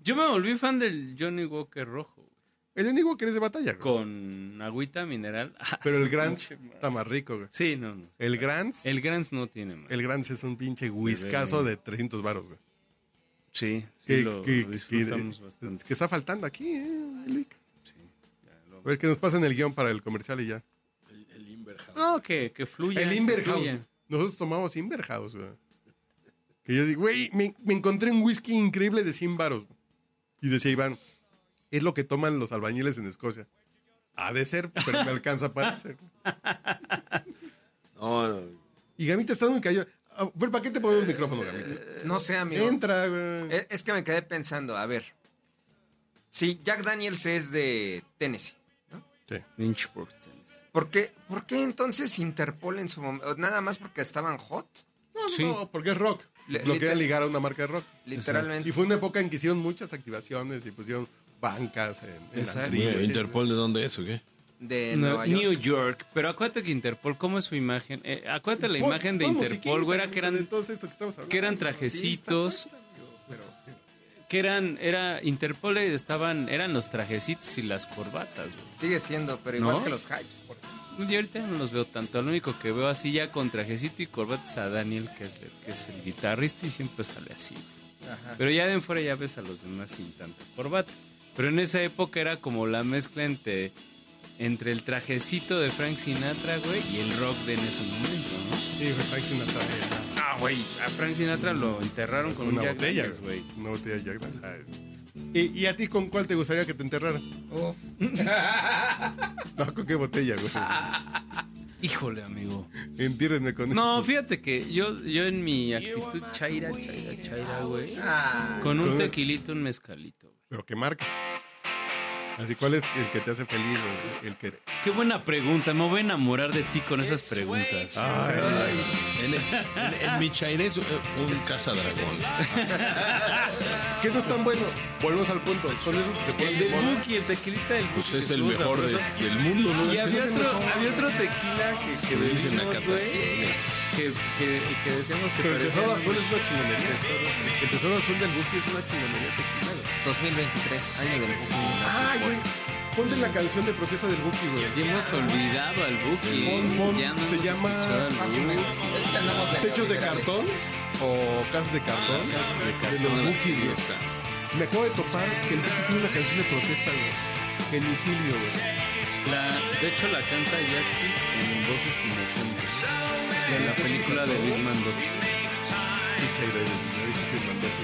Speaker 7: Yo me volví fan del Johnny Walker rojo. güey,
Speaker 6: El Johnny Walker es de batalla, güey.
Speaker 7: Con agüita mineral. Ah,
Speaker 6: Pero
Speaker 7: su
Speaker 6: el Grants
Speaker 7: pinche madre.
Speaker 6: está más rico, güey.
Speaker 7: Sí, no, no.
Speaker 6: El Grants.
Speaker 7: El Grants no tiene más.
Speaker 6: El Grants es un pinche whiskazo de 300 baros, güey.
Speaker 7: Sí, sí
Speaker 6: Que,
Speaker 7: lo,
Speaker 6: que-
Speaker 7: lo disfrutamos
Speaker 6: que-
Speaker 7: bastante.
Speaker 6: que está faltando aquí, ¿eh? Lick? A ver, que nos pasen el guión para el comercial y ya.
Speaker 4: El, el Inverhouse.
Speaker 7: No, que, que fluya.
Speaker 6: El
Speaker 7: que
Speaker 6: Inverhouse.
Speaker 7: fluya.
Speaker 6: Nosotros tomamos Inverhouse, güey. Que yo digo, güey, me, me encontré un whisky increíble de 100 baros. Y decía Iván, es lo que toman los albañiles en Escocia. Ha de ser, pero me alcanza para hacer.
Speaker 4: No, no.
Speaker 6: Y Gamita está muy callado. Ah, Fer, ¿Para qué te pongo el micrófono, Gamita?
Speaker 9: No sé, Eh, amigo.
Speaker 6: Entra, güey.
Speaker 9: Eh, Es que me quedé pensando, a ver. Si Jack Daniels es de Tennessee,
Speaker 6: Sí.
Speaker 7: Lynchburg, Tennessee.
Speaker 9: ¿por qué, ¿por qué entonces Interpol en su momento? Nada más porque estaban hot,
Speaker 6: No,
Speaker 7: Sí.
Speaker 6: no, porque es rock.
Speaker 9: Le-
Speaker 6: lo querían
Speaker 9: literal-
Speaker 6: ligar a una marca de rock.
Speaker 9: literalmente.
Speaker 6: Y fue una época en que hicieron muchas activaciones y pusieron bancas en, en
Speaker 7: Exacto.
Speaker 6: ladrillos,
Speaker 4: Oye,
Speaker 6: y-
Speaker 4: ¿Interpol de dónde es o qué?
Speaker 9: De
Speaker 7: No,
Speaker 9: Nueva
Speaker 7: New
Speaker 9: York.
Speaker 7: York. Pero acuérdate que Interpol, ¿cómo es su imagen? Eh, acuérdate la
Speaker 6: Pon-
Speaker 7: imagen de
Speaker 6: pon
Speaker 7: Interpol, güey, era
Speaker 6: musiquita,
Speaker 7: que eran
Speaker 6: de todo esto que estamos hablando.
Speaker 7: que eran trajecitos. Que eran, era, Interpol estaban, eran los trajecitos y las corbatas, güey.
Speaker 9: Sigue siendo, pero
Speaker 7: ¿No?
Speaker 9: igual que los hypes. por ejemplo.
Speaker 7: Yo ahorita no los veo tanto. Lo único que veo así ya con trajecito y corbata es a Daniel, que es, el- que es el guitarrista y siempre sale así.
Speaker 9: Ajá.
Speaker 7: Pero ya de en fuera ya ves a los demás sin tanta corbata. Pero en esa época era como la mezcla entre, entre el trajecito de Frank Sinatra, güey, y el rock de en ese momento, ¿no?
Speaker 6: Sí, güey, Frank Sinatra. eh,
Speaker 7: Ah, güey, a Frank Sinatra lo enterraron con
Speaker 6: Una
Speaker 7: un Jack
Speaker 6: botella,
Speaker 7: Daniels,
Speaker 6: güey.
Speaker 7: güey.
Speaker 6: Una botella de Jack Daniels.
Speaker 7: Ay,
Speaker 6: ¿Y, y a ti con cuál te gustaría que te enterraran?
Speaker 9: Oh.
Speaker 6: No, ¿Con qué botella, güey?
Speaker 7: Híjole, amigo.
Speaker 6: Entiérrenme con
Speaker 7: No, fíjate que yo, yo en mi actitud chaira, chaira, chaira, güey.
Speaker 9: Ah,
Speaker 7: Con un
Speaker 6: Con-
Speaker 7: tequilito, un mezcalito, güey.
Speaker 6: Pero qué marca. Así, ¿cuál es el que te hace feliz? El, el que.
Speaker 7: Qué buena pregunta. Me voy a enamorar de ti con esas preguntas.
Speaker 6: Ay,
Speaker 4: En, en- en mi chairé es eh, un cazadragón.
Speaker 6: ¿Qué no es tan bueno? Volvemos al punto. Son esos que se
Speaker 7: El
Speaker 6: ponen de
Speaker 7: del
Speaker 6: moda.
Speaker 7: Buki, el tequilita del Buki.
Speaker 4: Pues
Speaker 7: que
Speaker 4: es el
Speaker 7: estuvo
Speaker 4: mejor de-
Speaker 7: sabroso.
Speaker 4: del mundo, ¿no?
Speaker 7: Y había
Speaker 4: Dicen-
Speaker 7: otro, había otro tequila que, que
Speaker 4: le dicen la
Speaker 7: bebimos, güey,
Speaker 4: cataciegas.
Speaker 7: que, que, que decíamos que
Speaker 6: Pero el
Speaker 7: parecía-
Speaker 6: tesoro azul es una chingonería. El tesoro azul del Buki es una chingonería tequila, güey.
Speaker 9: 2023, año del Buki.
Speaker 6: Ay, Ah, güey. Ponte la canción de protesta del Buki,
Speaker 7: Ya
Speaker 6: güey.
Speaker 7: hemos olvidado al Buki.
Speaker 6: Pon, pon,
Speaker 7: Ya no
Speaker 6: se
Speaker 7: hemos
Speaker 6: llama-
Speaker 7: escuchado al Buki.
Speaker 9: Ahorita andamos
Speaker 6: Techos de
Speaker 9: la-
Speaker 6: cartón o casas de cartón. de los Buki, güey. Me acabo de topar que el Buki tiene una canción de protesta, güey. En Isilio, güey.
Speaker 7: La- de hecho, la canta Jaspi en Voces Inocentes. En la película de Luis Mando.
Speaker 6: Pinche aire, güey. Dije que mandó que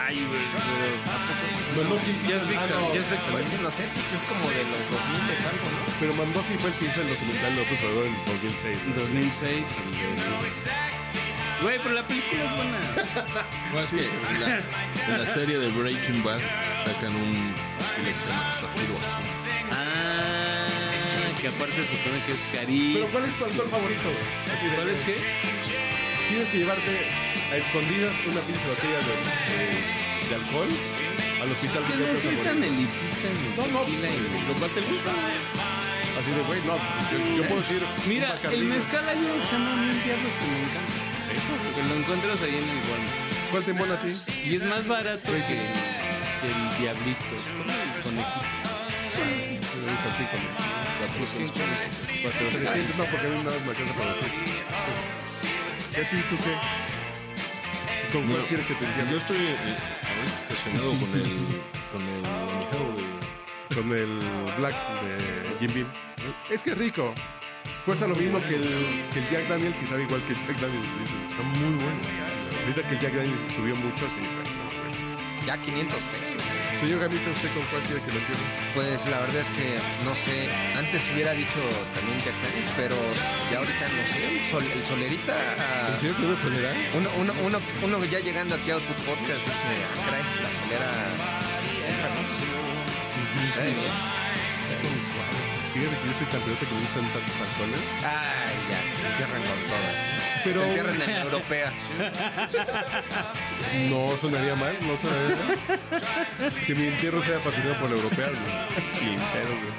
Speaker 7: Ay, güey, pero.
Speaker 6: ya- Mandó que-
Speaker 7: Jaspi,
Speaker 6: Ah,
Speaker 7: tam-
Speaker 6: no.
Speaker 7: Jaspi
Speaker 9: Pues
Speaker 7: también.
Speaker 9: Inocentes es como de los 2000 es algo, ¿no?
Speaker 6: Pero Mandoki fue el que hizo el documental López Obrador en 2006.
Speaker 7: En 2006. el de- Güey, pero la película es buena.
Speaker 4: Más Pues que en la, en la serie de Breaking Bad sacan un tequila que se llama Zafiro Azul.
Speaker 7: Ah, que aparte supone que es
Speaker 6: Pero
Speaker 7: cariño.
Speaker 6: ¿cuál es tu actor favorito? güey? Así de,
Speaker 7: ¿Cuál es qué?
Speaker 6: Tienes que llevarte a escondidas una pinche botella de, de- de alcohol al hospital
Speaker 7: Que
Speaker 6: de
Speaker 7: no soy tan elitista
Speaker 6: No,
Speaker 7: en
Speaker 6: no,
Speaker 7: mi tequila y-
Speaker 6: lo más te gusta. Así de, güey, no, yo, yo puedo decir... un
Speaker 7: Mira,
Speaker 6: Bacardí,
Speaker 7: el
Speaker 6: güey.
Speaker 7: mezcal hay uno que se llama Mil Diablos que me encanta. Eso. Que lo encuentras ahí en el Walmart.
Speaker 6: ¿Cuál te mola a ti?
Speaker 7: Y es más barato que,
Speaker 6: Güey,
Speaker 7: que el diablito, es como el conejito.
Speaker 6: Me gusta así como...
Speaker 4: Cuatro cinco.
Speaker 7: Cuatro, seis.
Speaker 6: 300, no, porque a mí nada más me alcanza para 200. ¿Y a ti, tú qué? ¿Con cuál
Speaker 4: Bueno,
Speaker 6: quieres que te
Speaker 4: Yo
Speaker 6: entierren?
Speaker 4: estoy eh, ahorita estacionado con el con el manejado de
Speaker 6: con el Black de Jim Beam. Es que es rico. Cuesta lo mismo que el, que el Jack Daniels y sabe igual que el Jack Daniels. dice.
Speaker 4: está muy bueno.
Speaker 6: Ahorita que el Jack Daniels subió mucho, así.
Speaker 9: Ya 500 pesos.
Speaker 6: Señor Gamita, ¿usted con cuál quiere que lo entienda?
Speaker 9: Pues la verdad es que no sé. Antes hubiera dicho también Jack Daniels, pero ya ahorita no sé. El, sol- el solerita. ah,
Speaker 6: ¿En serio que una soledad?
Speaker 9: Uno, uno, uno, uno ya llegando aquí a Output Podcast dice, "Ah, caray, la solera entra, ¿no? Sabe bien.
Speaker 6: Fíjate que yo soy tan pelota que me gustan tantos alcoholes.
Speaker 9: Ay, ya, que se entierran con todas.
Speaker 6: Pero-
Speaker 9: Se entierran en la europea.
Speaker 6: No sonaría mal, no sonaría mal. que mi entierro sea patrocinado por la europea, güey. Sincero, güey.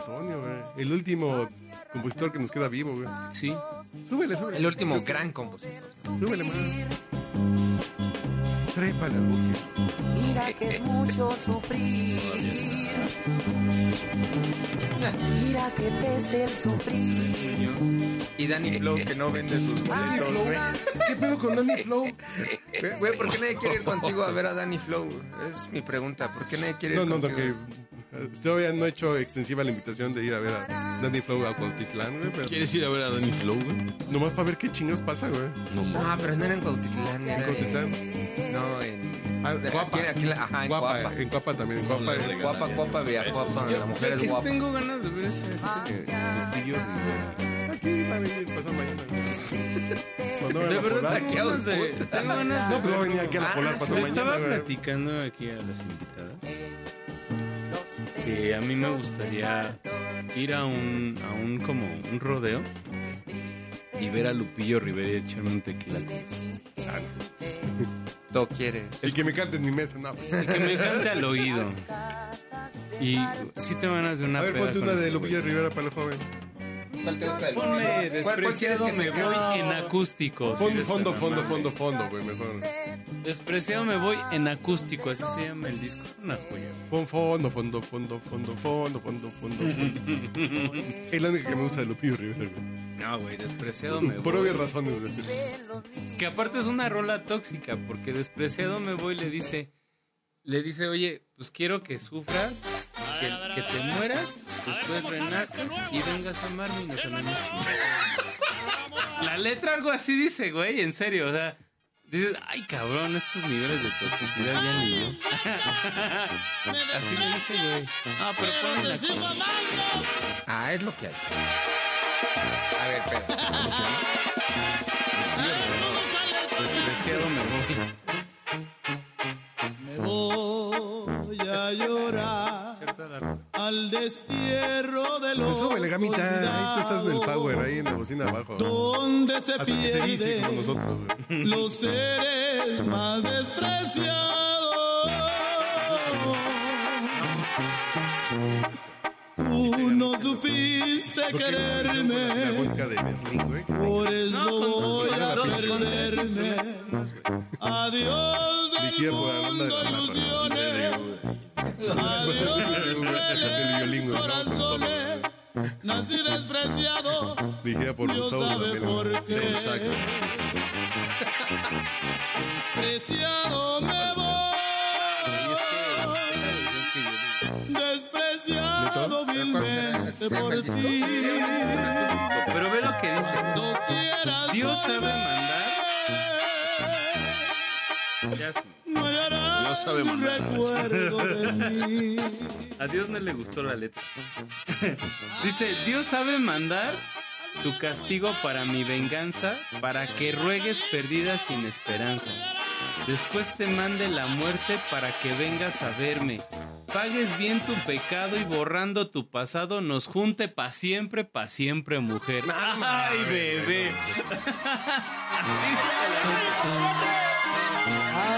Speaker 6: Antonio, güey. El último compositor que nos queda vivo, güey.
Speaker 7: Sí.
Speaker 6: Súbele, súbele.
Speaker 9: El último gran compositor.
Speaker 6: Súbele, man. Trépale al buque.
Speaker 10: Mira que es mucho sufrir. Mira que pese el sufrir.
Speaker 9: Y Danny Flow que no vende sus
Speaker 6: Eh, Danny
Speaker 9: boletos,
Speaker 6: Flow.
Speaker 9: güey.
Speaker 6: ¿Qué pedo con Danny Flow?
Speaker 9: Güey, Güey, ¿por qué nadie quiere ir contigo a ver a Danny Flow? Es mi pregunta. ¿Por qué nadie quiere ir
Speaker 6: No, no, no,
Speaker 9: contigo?
Speaker 6: que eh, todavía no he hecho extensiva la invitación de ir a ver a Danny Flow a Cuautitlán, güey, pero
Speaker 4: ¿Quieres ir a ver a Danny Flow, güey?
Speaker 6: nomás para ver qué chingos pasa, güey.
Speaker 4: No,
Speaker 9: Ah,
Speaker 4: mames.
Speaker 9: pero no era en Cuautitlán, era
Speaker 6: En
Speaker 9: en...
Speaker 6: Cuautitlán.
Speaker 9: No, en...
Speaker 6: Ah,
Speaker 9: de-
Speaker 6: Guapa.
Speaker 9: aquí- aquí la- ajá, en
Speaker 6: Guapa,
Speaker 9: Guapa. eh.
Speaker 6: en Guapa también, en Guapa. eh.
Speaker 4: No, no,
Speaker 9: Guapa,
Speaker 4: Ganaría,
Speaker 9: guapa,
Speaker 4: ¿no?
Speaker 9: vea,
Speaker 4: Eso
Speaker 9: guapa,
Speaker 4: sí.
Speaker 9: la mujer
Speaker 7: Que
Speaker 9: es guapa.
Speaker 7: tengo ganas de ver ese este Lupillo Rivera.
Speaker 6: Aquí va a venir, pasa mañana. güey. Cuando
Speaker 7: De
Speaker 6: venga
Speaker 7: verdad,
Speaker 6: Polar.
Speaker 7: tengo ganas de. Tengo ganas de
Speaker 6: No, pero va a venir aquí a la
Speaker 9: Ah,
Speaker 6: polar pasado
Speaker 7: Le estaba
Speaker 6: mañana, güey.
Speaker 7: platicando aquí a las invitadas que a mí me gustaría ir a un, a un como un rodeo y ver a Lupillo Rivera y echarme un tequila con eso.
Speaker 9: Tú quieres.
Speaker 6: Y que me canten mi mesa, no.
Speaker 7: Y que me cante al oído. Y si te van a hacer una
Speaker 6: A ver,
Speaker 7: peda
Speaker 6: ponte
Speaker 7: con
Speaker 6: una de
Speaker 7: ese güey.
Speaker 6: Lupillo Rivera para el joven.
Speaker 9: ¿Cuál te gusta?
Speaker 7: Ponme
Speaker 9: ¿Cuál, cuál quieres
Speaker 7: despreciado
Speaker 9: que
Speaker 7: me
Speaker 9: te Ah.
Speaker 7: voy
Speaker 9: cante?
Speaker 7: en acústico. si
Speaker 6: Pon
Speaker 7: ves
Speaker 6: fondo,
Speaker 7: Oh, esta
Speaker 6: fondo,
Speaker 7: mamada.
Speaker 6: fondo, fondo, güey, mejor.
Speaker 7: Despreciado me voy en acústico, así se llama el disco. Es Una joya.
Speaker 6: Pon fondo, fondo, fondo, fondo, fondo, fondo, fondo, fondo. Es la única que me gusta de Lupillo Rivera, güey.
Speaker 7: No, güey, despreciado me voy.
Speaker 6: Por obvias razones, güey.
Speaker 7: Que aparte es una rola tóxica, porque despreciado me voy le dice, le dice, oye, pues quiero que sufras, que, que te mueras, después renazcas y vengas a amarme y nos amemos. La letra algo así dice, güey, en serio, o sea, dices, ay cabrón, estos niveles de toxicidad ya ni yo". Así le dice, güey. Ah, pero ponle la cosa.
Speaker 9: Ah, es lo que hay. A ver, espera.
Speaker 7: despreciado me
Speaker 8: Me
Speaker 7: voy.
Speaker 8: voy a llorar
Speaker 7: Esta es la rola.
Speaker 8: al destierro de los
Speaker 6: Eso, güey, la gamita. Ahí tú estás del power, ahí en la bocina abajo.
Speaker 8: donde se
Speaker 6: Hasta que se dice como
Speaker 8: pierden
Speaker 6: nosotros, güey.
Speaker 8: los seres más despreciados. Tú no supiste
Speaker 6: La
Speaker 8: quererme,
Speaker 6: vodka de Berlín, güey.
Speaker 8: por eso voy
Speaker 6: con
Speaker 8: a
Speaker 6: la pinche
Speaker 8: perderme. Adiós
Speaker 6: Dirigida
Speaker 8: del
Speaker 6: por Aranda
Speaker 8: mundo,
Speaker 6: de la Mata.
Speaker 8: ilusiones.
Speaker 6: Del violín, güey.
Speaker 8: corazones. Nací despreciado,
Speaker 6: Dirigida por
Speaker 8: Dios
Speaker 6: Gustavo
Speaker 8: sabe
Speaker 6: Dudamel, güey.
Speaker 8: por qué. Despreciado me voy, despreciado vilmente por ti.
Speaker 7: Pero ve lo que dice.
Speaker 8: No quieras
Speaker 7: Dios sabe
Speaker 8: volver,
Speaker 7: mandar. Ya sé.
Speaker 8: no hallarás
Speaker 4: sabe
Speaker 8: un
Speaker 4: mandar.
Speaker 8: recuerdo de mí.
Speaker 7: A Dios no le gustó la letra. Dice, Dios sabe mandar tu castigo para mi venganza, para que ruegues perdida sin esperanza. Después te mande la muerte para que vengas a verme. Pagues bien tu pecado y borrando tu pasado nos junte pa' siempre, pa' siempre, mujer. ¡Ay, bebé! Así se la...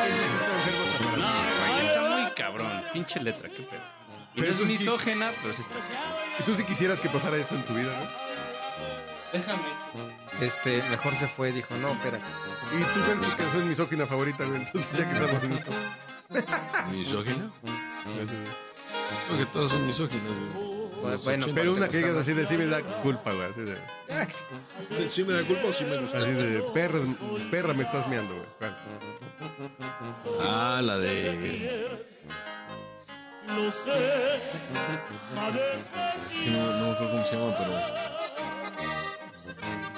Speaker 7: No, güey, está muy cabrón. Pinche letra, qué pedo. Y
Speaker 6: Pero
Speaker 7: no
Speaker 6: eso
Speaker 7: es
Speaker 6: es que-
Speaker 7: misógena, pero sí está así.
Speaker 6: Y tú si quisieras que pasara eso en tu vida, ¿no?
Speaker 7: Déjame.
Speaker 9: Este, mejor se fue, dijo, no, espérate.
Speaker 6: Y tú cuál es tu canción misógina favorita, güey. Entonces ya que estamos en eso.
Speaker 4: ¿Misógina? Porque todas son misóginas, güey. Los
Speaker 9: Bueno,
Speaker 4: 80.
Speaker 6: Pero una que digas así de sí me da culpa, güey. Así de,
Speaker 4: ¿Sí me da culpa o sí me gusta?
Speaker 6: así de perras, perra me estás meando, güey. ¿Cuál?
Speaker 4: Ah, la de. Es que no, no me acuerdo cómo se llama, pero.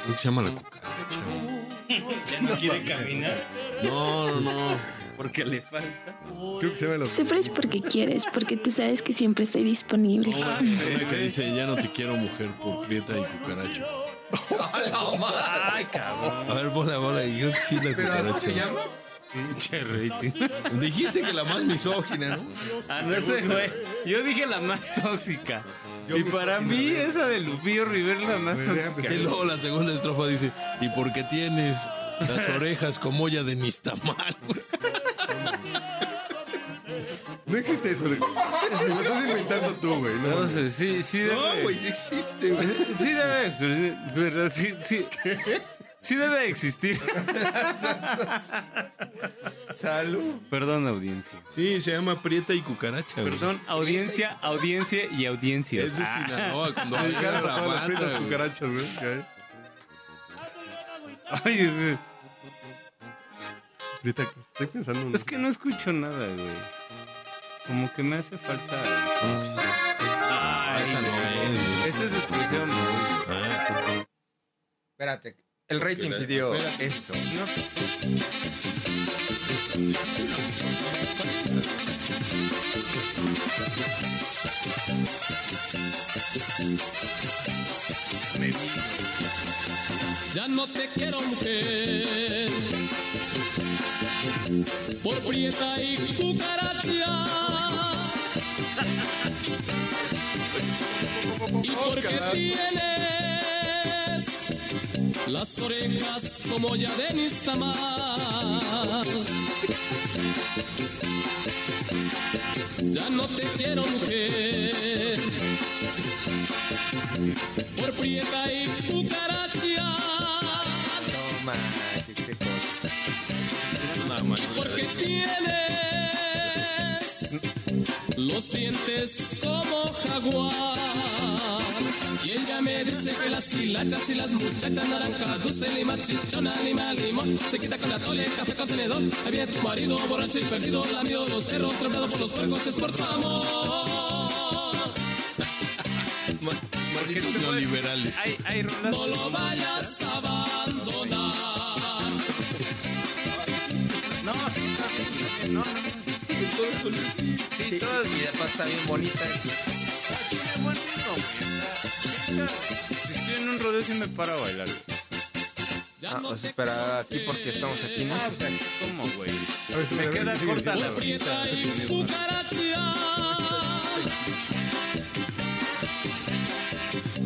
Speaker 4: Creo que se llama la cucaracha.
Speaker 7: Ya no quiere caminar
Speaker 4: No, no, no.
Speaker 7: porque le falta.
Speaker 6: Creo que se llama los...
Speaker 5: Sufres porque quieres, porque tú sabes que siempre estoy disponible.
Speaker 4: Una que dice: Ya no te quiero, mujer, por prieta y cucaracha.
Speaker 7: Ay, cabrón.
Speaker 4: A ver, bola, bola. Creo que sí, la
Speaker 9: Pero así se
Speaker 4: cucaracha.
Speaker 9: llama.
Speaker 7: Pinche rating.
Speaker 4: Dijiste que la más misógina, ¿no?
Speaker 7: Ah, no sé, güey. Yo dije la más tóxica.
Speaker 6: Yo
Speaker 7: y
Speaker 6: me
Speaker 7: para
Speaker 6: imagino,
Speaker 7: mí,
Speaker 6: güey.
Speaker 7: esa de Lupillo Rivera es la más
Speaker 6: Güey,
Speaker 7: tóxica.
Speaker 4: Y luego la segunda estrofa dice: ¿Y por qué tienes las orejas como olla de Nistamal?
Speaker 6: No existe eso. güey. Te lo estás inventando tú, güey. No,
Speaker 7: No
Speaker 6: mames.
Speaker 7: sé, sí, sí debe.
Speaker 4: No, Ah, güey, sí existe, güey.
Speaker 7: Sí debe existir. Pero sí, sí. Sí debe existir.
Speaker 4: Salud.
Speaker 7: Perdón, audiencia.
Speaker 4: Sí, se llama Prieta y Cucaracha. güey.
Speaker 7: Perdón, audiencia, audiencia y audiencia.
Speaker 4: Es de
Speaker 7: Ah,
Speaker 4: Sinaloa. Cuando
Speaker 6: Te
Speaker 4: llega
Speaker 6: Dedicadas
Speaker 4: la
Speaker 6: a todas las
Speaker 4: banda,
Speaker 6: prietas
Speaker 4: güey.
Speaker 6: cucarachas, güey. eh. que hay.
Speaker 7: ay, es-
Speaker 6: Ahorita estoy pensando en.
Speaker 7: es que no escucho nada, güey. Como que me hace falta. Ay,
Speaker 4: Ah, Esa no
Speaker 7: güey.
Speaker 4: es, güey.
Speaker 7: Esa es expresión.
Speaker 4: Ah,
Speaker 9: Espérate, el rating
Speaker 4: Espera,
Speaker 9: pidió
Speaker 4: espera.
Speaker 9: esto.
Speaker 8: Ya no te quiero mujer Por prieta y cucaracha Y
Speaker 4: "Oh,
Speaker 8: porque tienes Las orejas como ya de mis tamas Ya no te quiero mujer Por prieta y cucaracha
Speaker 9: No manches, qué cosa.
Speaker 4: es una mancha.
Speaker 8: Porque tienes los dientes como jaguar. Y ella me dice que las hilachas y las muchachas naranja, dulce, lima, chichona, lima, limón. Se quita con la tole, café con tenedor. Ahí viene tu marido, borracho y perdido, lamido, los perros, tramplado por los puercos, es por tu amor.
Speaker 4: Ma- Malditos neoliberales.
Speaker 7: Hay, hay rolas.
Speaker 8: No lo vayas a abandonar.
Speaker 7: No, sí, está bien, no, no, no.
Speaker 9: Sí, y la pasta bien bonita.
Speaker 7: Tiene buen ritmo, güey. Si estoy en un rodeo, sí me paro a bailar. güey.
Speaker 9: Ah, pues espera, aquí porque estamos aquí, ¿no?
Speaker 7: Ah, o sea, ¿cómo, güey?
Speaker 6: A ver,
Speaker 7: Me
Speaker 6: a ver,
Speaker 7: queda
Speaker 6: sigue
Speaker 7: corta la
Speaker 6: diciendo.
Speaker 7: pista.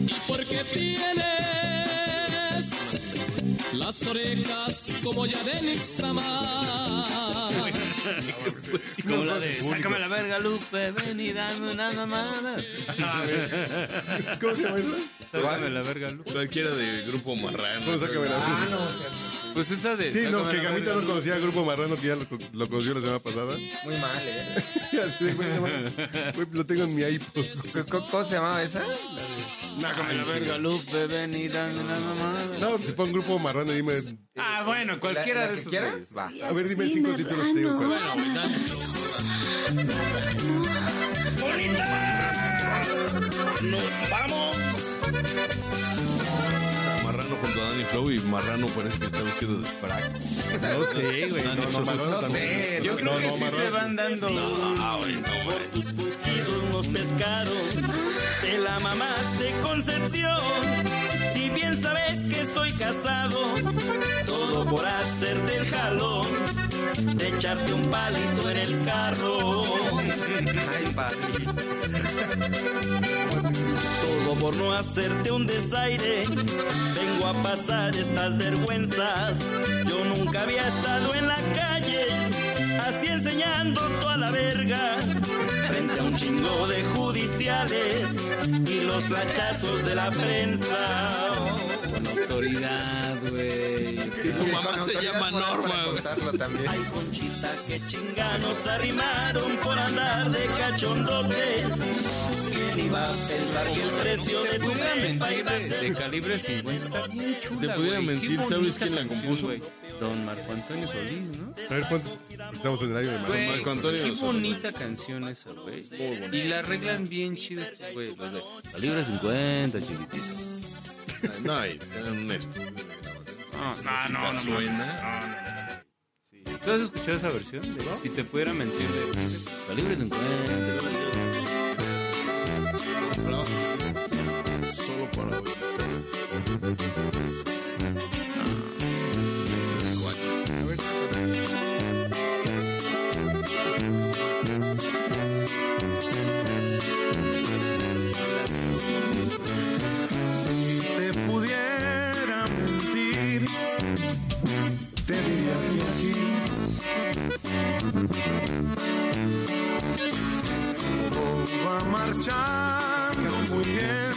Speaker 8: Y porque tienes las orejas como ya de Nixtamal.
Speaker 7: Como la de, sácame la verga, Lupe, ven y dame una mamada.
Speaker 6: ¿Cómo se llama eso?
Speaker 7: Sácame la verga, Lupe.
Speaker 4: Cualquiera de grupo marrano.
Speaker 6: ¿Cómo saca
Speaker 9: Ah,
Speaker 6: Veracruz?
Speaker 9: no, o sea,
Speaker 7: Pues esa de.
Speaker 6: Sí, no,
Speaker 7: sácame
Speaker 6: que
Speaker 7: la
Speaker 6: Gamita
Speaker 7: verga,
Speaker 6: no conocía al grupo marrano que ya lo, lo conoció la semana pasada.
Speaker 9: muy mal, ¿eh?
Speaker 6: Y así de, güey, no mames, güey, lo tengo en mi iPod.
Speaker 9: ¿Qué- co- ¿Cómo se llamaba esa?
Speaker 7: Lupe. Sácame la verga, Lupe, ven y dame una mamada.
Speaker 6: No, si pon grupo marrano, dime.
Speaker 7: Ah, bueno,
Speaker 9: La-
Speaker 7: cualquiera
Speaker 9: la
Speaker 7: de
Speaker 9: que
Speaker 7: esos.
Speaker 9: quieras,
Speaker 7: güeyes.
Speaker 9: Va.
Speaker 6: A ver, dime cinco títulos, te digo cuál.
Speaker 4: Marrano junto a Danny Flow y Marrano parece que está vestido de frac.
Speaker 6: No sé, güey. No,
Speaker 4: Dani
Speaker 6: no,
Speaker 4: Flores.
Speaker 6: Marrano
Speaker 9: No
Speaker 6: tampoco.
Speaker 9: sé,
Speaker 7: Yo
Speaker 9: no-
Speaker 7: creo
Speaker 6: No,
Speaker 7: que
Speaker 6: no,
Speaker 7: sí
Speaker 6: marrón.
Speaker 7: se van dando.
Speaker 8: Nos pescaron, te la mamaste Concepción. Si bien sabes que soy casado, todo por hacerte el jalón, de echarte un palito en el carro.
Speaker 9: Ay, papi.
Speaker 8: Todo por no hacerte un desaire, vengo a pasar estas vergüenzas. Yo nunca había estado en la calle, así enseñando toda la verga. Frente a un chingo de judiciales y los flachazos de la prensa.
Speaker 7: Con autoridad, güey.
Speaker 9: Sí,
Speaker 4: tu mamá
Speaker 9: con
Speaker 4: se
Speaker 9: autoridad
Speaker 4: llama
Speaker 9: moral para
Speaker 4: Norma, güey.
Speaker 9: contarlo también.
Speaker 8: Ay, Conchita, que chinganos arrimaron por andar de cachondotes. ¿Quién iba a pensar que el precio de tu
Speaker 7: pudiera
Speaker 8: prepa
Speaker 7: mentir
Speaker 8: iba a
Speaker 7: de,
Speaker 8: ser
Speaker 7: de calibre 50. Está muy chula,
Speaker 4: Te pudiera
Speaker 7: güey.
Speaker 4: mentir,
Speaker 7: Qué
Speaker 4: ¿sabes
Speaker 7: bonita
Speaker 4: quién la
Speaker 7: canción,
Speaker 4: compuso?
Speaker 7: güey. Don Marco Antonio Solís, ¿no?
Speaker 6: A ver, ¿cuántos? Estamos en el año de marrano.
Speaker 7: Güey,
Speaker 4: Marco Antonio
Speaker 7: qué
Speaker 4: Solís.
Speaker 7: bonita canción esa, güey. Y la arreglan bien chido estos güeyes, los de calibre 50, chiquitito.
Speaker 4: No, y era un estudio de grabación.
Speaker 7: Ah, No, no, no.
Speaker 4: suena. Ah,
Speaker 7: Sí. ¿Tú has escuchado esa versión? de Si te pudiera mentir de calibre 50.
Speaker 4: Bravo. Solo para hoy.
Speaker 11: te pudiera mentir, te diría que aquí todo va marchando muy bien,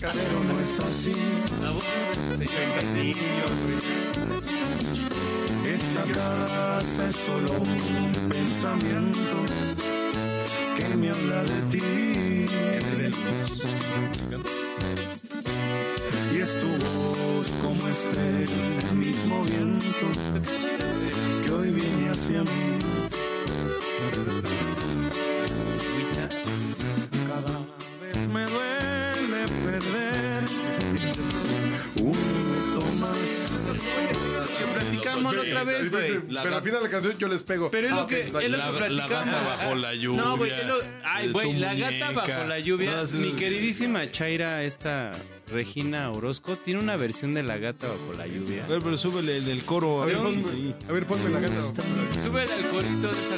Speaker 11: pero no es así. Es Esta es solo un pensamiento que me habla de ti. Y es tu voz como este mismo viento que hoy viene hacia mí. Cada vez me duele perder un minuto más.
Speaker 7: platicamos
Speaker 6: Oye,
Speaker 7: otra vez, güey.
Speaker 6: dice,
Speaker 4: La
Speaker 6: Pero al
Speaker 4: gata-
Speaker 6: final de la canción yo les pego.
Speaker 7: Pero es
Speaker 6: Ah,
Speaker 7: lo que,
Speaker 6: ok, dale.
Speaker 7: es lo que
Speaker 4: La- la
Speaker 7: platicamos.
Speaker 4: gata bajo la lluvia,
Speaker 7: No, güey, es lo- ay,
Speaker 4: de tu
Speaker 7: güey, la gata
Speaker 4: muñeca.
Speaker 7: bajo la lluvia.
Speaker 4: Todas esas-
Speaker 7: Mi queridísima Chaira, esta Regina Orozco, tiene una versión de la gata bajo la lluvia.
Speaker 12: Pero, pero súbele el del coro.
Speaker 6: A
Speaker 12: A
Speaker 6: ver,
Speaker 12: ver,
Speaker 6: ponme,
Speaker 12: sí.
Speaker 6: a ver, ponme la gata.
Speaker 7: Sube el corito de esa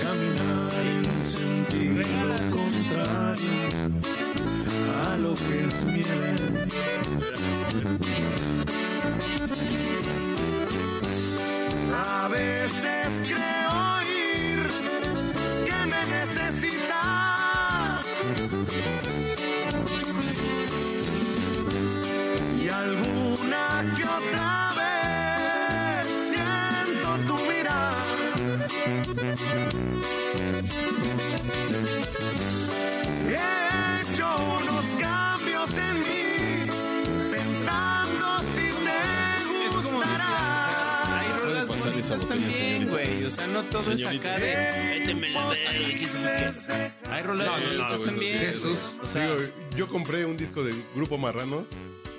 Speaker 11: caminar en sentido contrario a lo que es miel. A veces creo oír que me necesitas y alguna que otra vez siento tu mirar. He hecho unos cambios en mí, pensando si te gustará.
Speaker 7: Hay
Speaker 4: Puede
Speaker 7: rolas
Speaker 4: pasar esa
Speaker 7: bonitas
Speaker 4: botella,
Speaker 7: también,
Speaker 4: señorita.
Speaker 7: güey. O sea, no todo
Speaker 4: Señorita.
Speaker 7: es acá de. "Échame la verga, aquí se me queda". Hay rolas
Speaker 6: No, no, no,
Speaker 7: bonitas
Speaker 4: güey,
Speaker 7: también.
Speaker 4: no sé,
Speaker 7: güey. O sea,
Speaker 6: Digo, yo compré un disco del Grupo Marrano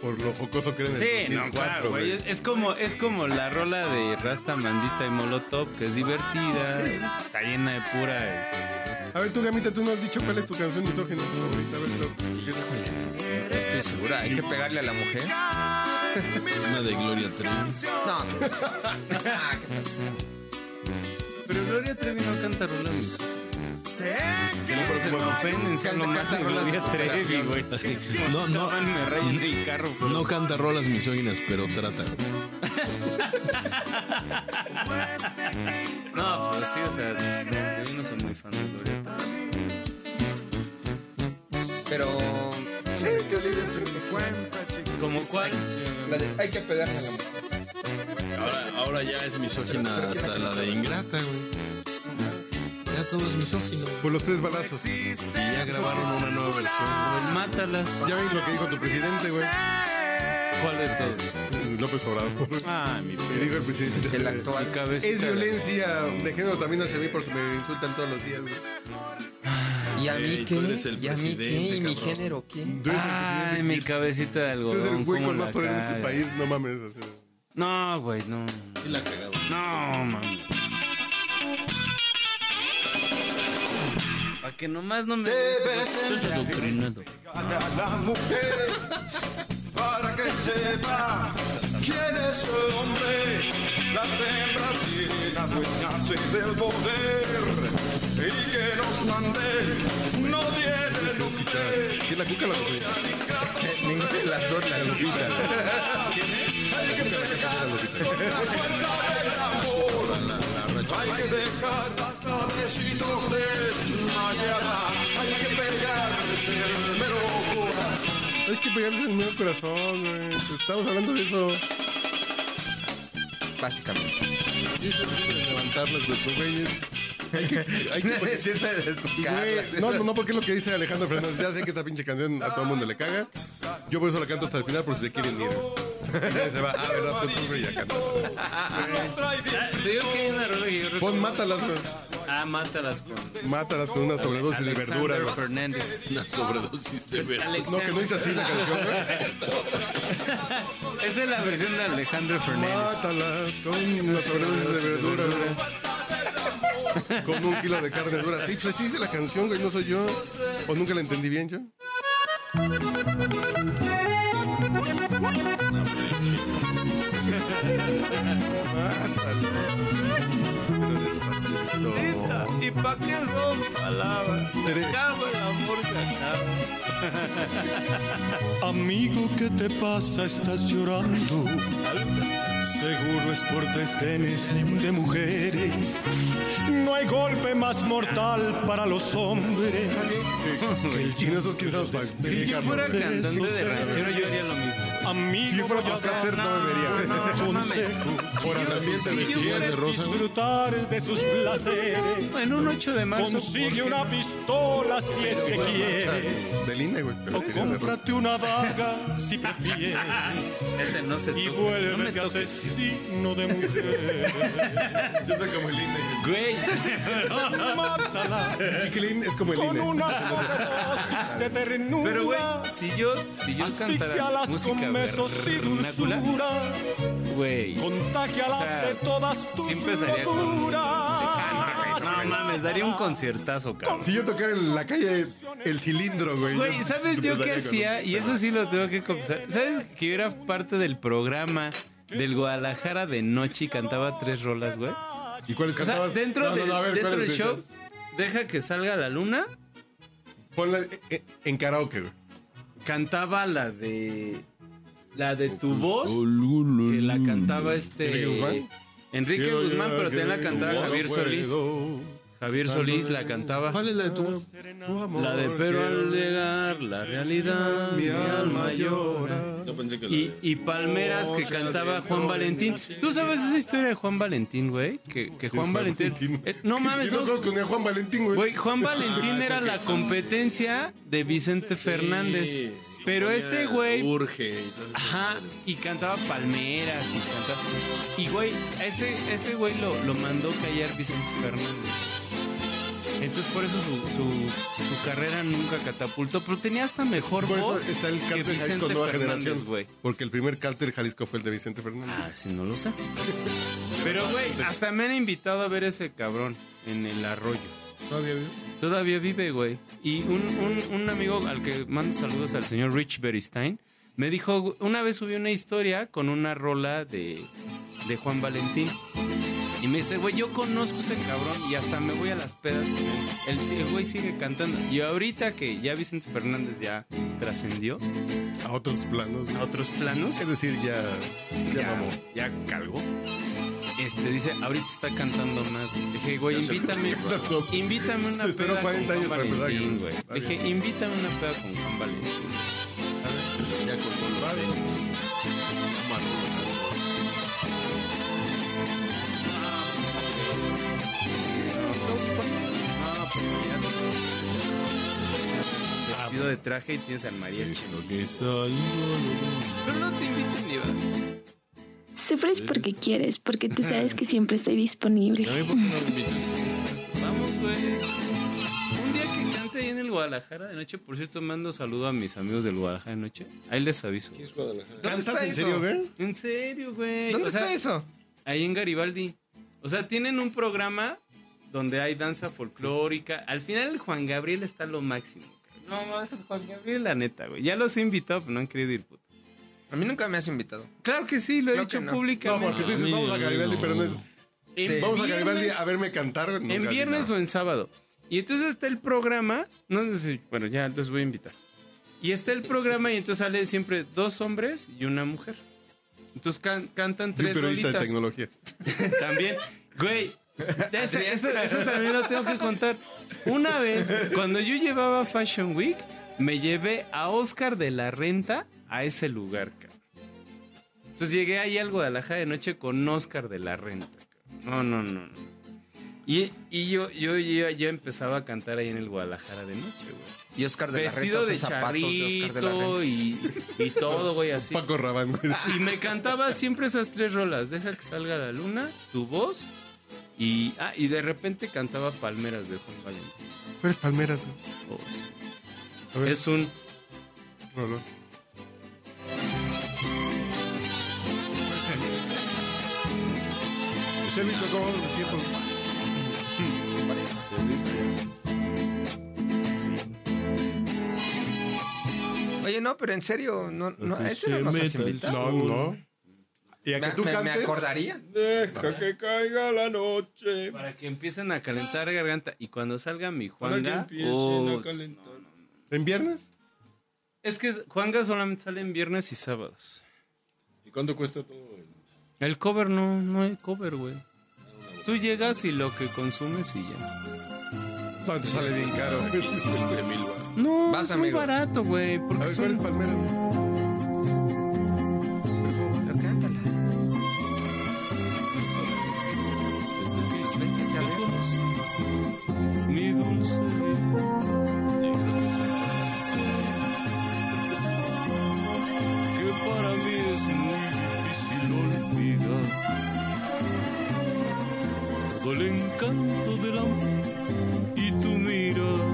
Speaker 6: por lo jocoso que era en el
Speaker 7: Sí, no,
Speaker 6: 2004,
Speaker 7: claro, güey. Es- Es como, es como la rola de Rasta Mandita y Molotov, que es divertida, está llena de pura. este,
Speaker 6: A ver, tú, Gamita, tú no has dicho cuál es tu canción misógina favorita. A ver, lo-
Speaker 9: No estoy segura. Hay que pegarle a la mujer.
Speaker 4: Una de Gloria Trevi.
Speaker 9: No, no.
Speaker 7: Pero Gloria Trevi no canta rola mis.
Speaker 11: que
Speaker 7: Me ofenden,
Speaker 9: Canta-
Speaker 7: no
Speaker 9: canta
Speaker 7: mames,
Speaker 9: rolas de
Speaker 7: Gloria Trevi,
Speaker 9: superación.
Speaker 7: güey.
Speaker 4: No, no,
Speaker 7: Estaban, Me rayan el carro, güey.
Speaker 4: no canta rolas misóginas, pero trata.
Speaker 7: No, pero sí, o sea, yo no soy muy fan de Gloria Trevi.
Speaker 9: Pero. Sí, yo le digo sí.
Speaker 7: ¿Como cuál?
Speaker 9: La de- Hay que pegarle a la mujer.
Speaker 4: Ahora, ahora ya es misógina hasta la de Ingrata, güey. Ya todo es misógino. güey.
Speaker 6: Por los tres balazos.
Speaker 4: Y ya grabaron una nueva versión.
Speaker 7: Pues mátalas.
Speaker 6: Ya ven lo que dijo tu presidente, güey.
Speaker 7: ¿Cuál de todos?
Speaker 6: López Obrador.
Speaker 7: Ah, mi
Speaker 6: Que dijo el presidente.
Speaker 9: El actual.
Speaker 7: cabeza.
Speaker 6: Es violencia de género también hacia mí porque me insultan todos los días, güey.
Speaker 9: ¿Y a
Speaker 4: Ey,
Speaker 9: mí qué?
Speaker 4: tú eres el
Speaker 9: ¿Y a mí qué? ¿Y mi
Speaker 4: presidente, cabrón.
Speaker 9: género qué?
Speaker 6: Tú eres
Speaker 7: Ay,
Speaker 6: el
Speaker 7: mi
Speaker 6: presidente.
Speaker 7: cabecita de
Speaker 6: Tú
Speaker 7: algodón.
Speaker 6: eres el güey
Speaker 7: ¿cómo
Speaker 6: con más
Speaker 7: la
Speaker 6: poder en este
Speaker 7: cagas?
Speaker 6: país. No mames. así.
Speaker 7: No, güey, no.
Speaker 4: Sí la cagaba.
Speaker 7: No, mames. Para que nomás no me. Estás adoctrinado.
Speaker 11: a la mujer para que sepa quién es el hombre. Las hembras tienen dueñas del poder y que nos mande no tiene nombre.
Speaker 6: ¿Sí es la cuca o la costeña?
Speaker 9: Ninguna de las dos la
Speaker 6: Lupita. La cuca la casa de la Lupita.
Speaker 11: Hay que dejar las avesitos desmayadas, hay que pegarse el mero corazón.
Speaker 6: Es que pegarse en el medio corazón, güey. Estamos hablando de eso.
Speaker 9: Básicamente.
Speaker 6: Y eso sí, de Levantarlas de tus güeyes. Hay que, hay que poner-
Speaker 9: Decirle de esto,
Speaker 6: Güey, No, no, no, porque es lo que dice Alejandro Fernández. Ya sé que esta pinche canción a todo el mundo le caga. Yo por eso la canto hasta el final, por si se quieren ir. Y se va, ah, verdad, pues tú, güey, ya canta.
Speaker 7: Te digo que hay una rola que yo
Speaker 6: Pon
Speaker 7: recuerdo.
Speaker 6: mátalas, güey.
Speaker 7: Ah, mátalas con.
Speaker 6: Mátalas con una sobredosis de verdura,
Speaker 7: Alexander
Speaker 6: güey.
Speaker 7: Fernández.
Speaker 4: Una sobredosis de verdad.
Speaker 6: No, que no dice así la canción, güey.
Speaker 7: Esa es la versión de Alejandro Fernández.
Speaker 6: Mátalas con una sobredosis de verdura, güey. Con un kilo de carne dura. Sí, pues así dice la canción, güey, no soy yo. O nunca la entendí bien yo. Mátalas. Pero despacito.
Speaker 7: ¿Y para qué son palabras?
Speaker 6: Tres.
Speaker 7: Acaba el amor, se acaba.
Speaker 12: Amigo, ¿qué te pasa? Estás llorando. Seguro es por destenes de mujeres. No hay golpe más mortal para los hombres.
Speaker 6: El chino, esos quién sabe para
Speaker 12: Si yo fuera cantante de ranchero, yo
Speaker 7: haría lo mismo.
Speaker 12: Amigo,
Speaker 6: si fuera
Speaker 12: voy a
Speaker 6: podcaster, no
Speaker 12: dar
Speaker 6: bebería.
Speaker 12: un consejo.
Speaker 6: Por también te
Speaker 12: Si
Speaker 6: vestirías de
Speaker 12: quieres
Speaker 6: rosa.
Speaker 12: Disfrutar de sus placeres.
Speaker 7: En un 8 de marzo, ¿por
Speaker 12: Consigue
Speaker 7: qué
Speaker 12: una
Speaker 7: no?
Speaker 12: pistola si es que quieres.
Speaker 6: De linda, güey. pero
Speaker 12: O
Speaker 6: que sea de rosa.
Speaker 12: cómprate una daga si prefieres.
Speaker 7: Ese no se
Speaker 11: Ah,
Speaker 12: Y
Speaker 7: toca.
Speaker 12: vuelve
Speaker 7: No me toques,
Speaker 12: asesino de mujeres.
Speaker 6: Yo soy como el INE.
Speaker 7: Güey.
Speaker 12: Mátala.
Speaker 6: Chiquilín es como el
Speaker 12: Con
Speaker 6: INE.
Speaker 12: una sobredosis de ternura.
Speaker 7: Pero, güey, si yo, si yo cantara
Speaker 12: Asfixialas
Speaker 7: música
Speaker 12: con besos y
Speaker 7: vernácula,
Speaker 12: dulzura.
Speaker 7: güey.
Speaker 12: Contagialas
Speaker 7: O sea,
Speaker 12: de todas tus
Speaker 7: sí empezaría con-
Speaker 12: locuras.
Speaker 7: No mames, daría un conciertazo, cabrón.
Speaker 6: Si yo tocara en la calle el cilindro, güey.
Speaker 7: Güey, ¿sabes yo qué hacía? Y eso sí lo tengo que confesar. ¿Sabes que yo era parte del programa del Guadalajara de noche y cantaba tres rolas, güey?
Speaker 6: ¿Y cuáles
Speaker 7: O sea,
Speaker 6: cantabas?
Speaker 7: dentro,
Speaker 6: No, no,
Speaker 7: del-
Speaker 6: no, a ver,
Speaker 7: dentro
Speaker 6: ¿cuáles
Speaker 7: del
Speaker 6: de-
Speaker 7: show, deja que salga la luna.
Speaker 6: Ponla eh, eh, en karaoke, güey.
Speaker 7: Cantaba la de. La de tu voz.
Speaker 4: Oh, Que
Speaker 7: la cantaba este.
Speaker 6: ¿Enrique Guzmán?
Speaker 7: Enrique
Speaker 6: Yo
Speaker 7: Guzmán,
Speaker 6: ya
Speaker 7: pero también la
Speaker 6: que
Speaker 7: cantaba
Speaker 6: no
Speaker 7: Javier
Speaker 6: puedo.
Speaker 7: Solís. Javier Solís la cantaba.
Speaker 4: ¿Cuál es la de tu voz?
Speaker 7: La de Pero al llegar la realidad, mi alma llora.
Speaker 4: Yo pensé que la
Speaker 7: Y,
Speaker 4: de-
Speaker 7: y Palmeras que cantaba Juan Valentín. ¿Tú sabes esa historia de Juan Valentín, güey? Que, que Juan Valentín. Eh, No mames,
Speaker 6: Yo no
Speaker 7: no.
Speaker 6: conozco ni a Juan Valentín, güey.
Speaker 7: Güey, Juan Valentín era la competencia de Vicente Fernández.
Speaker 4: Sí,
Speaker 7: Pero
Speaker 4: ponía
Speaker 7: ese güey
Speaker 4: Urge. y todas esas
Speaker 7: Ajá,
Speaker 4: madres.
Speaker 7: y cantaba palmeras y cantaba. Y güey, ese, ese güey lo, lo mandó callar Vicente Fernández. Entonces por eso su, su, su carrera nunca catapultó, pero tenía hasta mejor
Speaker 6: Por eso
Speaker 7: voz.
Speaker 6: está el
Speaker 7: que
Speaker 6: Cártel Jalisco
Speaker 7: Vicente
Speaker 6: Nueva
Speaker 7: Fernández,
Speaker 6: Generación.
Speaker 7: güey.
Speaker 6: Porque el primer Cártel Jalisco fue el de Vicente Fernández.
Speaker 7: Ah, si no lo sé. Pero güey, hasta me han invitado a ver ese cabrón en el arroyo.
Speaker 4: Todavía vivo.
Speaker 7: Todavía vive, güey. Y un, un- un amigo al que mando saludos al señor Rich Beristein me dijo, una vez subí una historia con una rola de, de Juan Valentín. Y me dice, güey, yo conozco ese cabrón y hasta me voy a las pedas con él. El, si- el güey sigue cantando. Y ahorita que ya Vicente Fernández ya trascendió Ah.
Speaker 6: A otros planos.
Speaker 7: a otros planos,
Speaker 6: Es decir, ya. Ya,
Speaker 7: ya,
Speaker 6: mamó.
Speaker 7: ya calgó. Este dice, ahorita está cantando más. güey. Dije, güey, invítame.
Speaker 6: cantando.
Speaker 7: Invítame una
Speaker 6: Se esperó
Speaker 7: peda
Speaker 6: 40
Speaker 7: con
Speaker 6: años
Speaker 7: Juan
Speaker 6: para empezar,
Speaker 7: Valentín,
Speaker 6: güey.
Speaker 7: güey.
Speaker 6: Está
Speaker 7: Dije,
Speaker 6: bien.
Speaker 7: invítame una peda con Juan Valentín.
Speaker 4: Ya con con los tenis. Mano,
Speaker 7: Vestido de traje y tienes al mariachi.
Speaker 4: lo que salgo.
Speaker 7: Pero no te inviten ni vas.
Speaker 5: Sufres porque quieres, porque tú sabes que siempre estoy disponible.
Speaker 4: ¿Y a mí por qué no me invitas?
Speaker 7: Vamos, güey. Un día que cante ahí en el Guadalajara de noche, por cierto, mando saludo a mis amigos del Guadalajara de noche. Ahí les aviso.
Speaker 9: ¿Dónde está
Speaker 6: ¿En
Speaker 9: eso?
Speaker 6: serio, güey?
Speaker 7: En serio, güey.
Speaker 9: ¿Dónde
Speaker 7: O sea,
Speaker 9: está eso?
Speaker 7: Ahí en Garibaldi. O sea, tienen un programa donde hay danza folclórica. Al final el Juan Gabriel está lo máximo. cabrón. No, más el Juan Gabriel, la neta, güey. Ya los he invitado, pero no han querido ir, putos.
Speaker 9: A mí nunca me has invitado.
Speaker 7: Claro que sí, lo he
Speaker 9: Claro
Speaker 7: dicho
Speaker 9: que no.
Speaker 6: No,
Speaker 7: públicamente.
Speaker 6: porque tú dices,
Speaker 4: No,
Speaker 6: vamos a
Speaker 4: no,
Speaker 6: Garibaldi,
Speaker 4: no.
Speaker 6: pero no es.
Speaker 7: En
Speaker 9: Sí.
Speaker 6: Vamos a
Speaker 7: Eh, viernes-
Speaker 6: Garibaldi a verme cantar. Nunca
Speaker 7: En
Speaker 6: has
Speaker 7: viernes
Speaker 6: dicho.
Speaker 7: o en sábado. Y entonces está el programa. No sé si- bueno, ya los voy a invitar. Y está el programa y entonces sale siempre dos hombres y una mujer. Entonces can- cantan
Speaker 6: Yo,
Speaker 7: tres
Speaker 6: periodista de
Speaker 7: rolitas.
Speaker 6: tecnología.
Speaker 7: También, güey. Eso, eso- eso también lo tengo que contar. Una vez, cuando yo llevaba Fashion Week, me llevé a Oscar de la Renta a ese lugar, cabrón. Entonces llegué ahí al Guadalajara de noche con Oscar de la Renta. cabrón. No, no, no, no. Y, y yo, yo, yo, yo empezaba a cantar ahí en el Guadalajara de noche, güey.
Speaker 9: Y Oscar de
Speaker 7: Vestido
Speaker 9: la Renta
Speaker 7: de
Speaker 9: usa zapatos de Oscar de la
Speaker 7: charrito
Speaker 9: Renta.
Speaker 7: y, y todo, güey, así.
Speaker 6: Paco Ah. Rabán, güey.
Speaker 7: Y me cantaba siempre esas tres rolas. Deja que salga la luna, tu voz. Y, ah, y de repente cantaba Palmeras de Juan Valentín.
Speaker 6: Eres Pues, palmeras, güey.
Speaker 7: Oh, sí.
Speaker 6: A ver,
Speaker 7: Es un...
Speaker 6: Rolón. Se ha Pues, visto como los tiempos.
Speaker 9: Oye, no, pero en serio, no, no,
Speaker 4: que
Speaker 9: ¿a ese no
Speaker 4: se
Speaker 9: nos has
Speaker 4: meta el
Speaker 9: invitado.
Speaker 6: No, no. Y a que
Speaker 9: Me,
Speaker 6: tú
Speaker 9: me- me
Speaker 6: cantes.
Speaker 9: acordaría.
Speaker 4: Deja que caiga la
Speaker 6: Eh,
Speaker 4: noche.
Speaker 7: Para que empiecen a calentar garganta. Y cuando salga mi
Speaker 4: Para que
Speaker 7: Juanga...
Speaker 4: empiecen
Speaker 7: oh,
Speaker 4: a calentar.
Speaker 6: ¿En viernes?
Speaker 7: Es que Juanga solamente sale en viernes y sábados.
Speaker 4: ¿Y cuánto cuesta todo? el-
Speaker 7: El cover no, no hay cover, güey. Tú llegas y lo que consumes y ya.
Speaker 6: ¿Cuánto sale bien caro?
Speaker 4: 15 mil
Speaker 7: No,
Speaker 6: Vas,
Speaker 7: es muy
Speaker 6: amigo.
Speaker 7: barato, güey. Porque
Speaker 6: A ver,
Speaker 7: son-
Speaker 6: ¿cuál es Palmera?
Speaker 9: Pero cántala. Pues vete a ver.
Speaker 7: Mi dulce.
Speaker 11: que para mí es muy difícil olvidar. Todo el encanto del amor y tu mirar.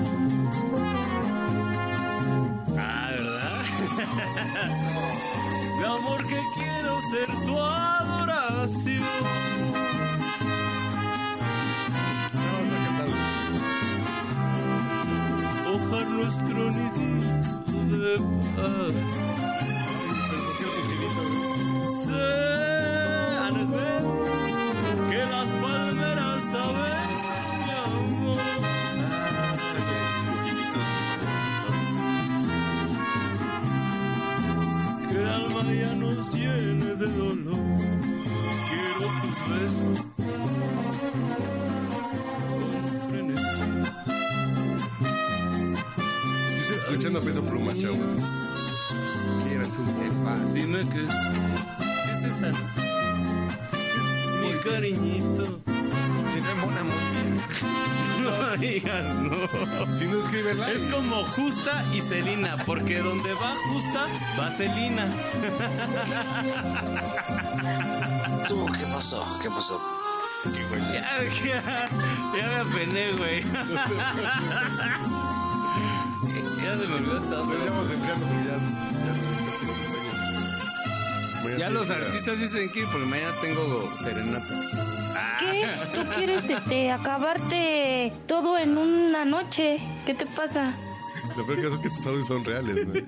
Speaker 11: Ah, ¿verdad? Mi amor que quiero ser tu adoración. Ojar nuestro nidito de paz. Sé, a no es ver, que las palmeras saben mi amor. Que el alma ya nos llene de dolor. Quiero tus besos con frenesí.
Speaker 6: Yo estoy escuchando Peso Pluma, chavos. Quieran un
Speaker 7: Dime que es. ¿Qué es esa? Mi cariñito.
Speaker 9: Si no embona muy bien.
Speaker 7: No digas no.
Speaker 6: Si no escribe like.
Speaker 7: Es como Justa y Celina, porque donde va Justa, va Celina.
Speaker 1: ¿Tú qué pasó? ¿Qué pasó?
Speaker 7: Ya, ya, ya me apené, güey. Ya se me olvidó hasta
Speaker 6: Nos
Speaker 7: dónde.
Speaker 6: estamos enfriando porque ya, ya no está haciendo cumpleaños. Mañana tiene
Speaker 7: Ya los
Speaker 6: que ir a-
Speaker 7: artistas dicen que ir porque mañana tengo serenata.
Speaker 3: ¿Qué? ¿Tú quieres este, acabarte todo en una noche? ¿Qué te pasa?
Speaker 6: Lo peor caso es que sus audios son reales, güey.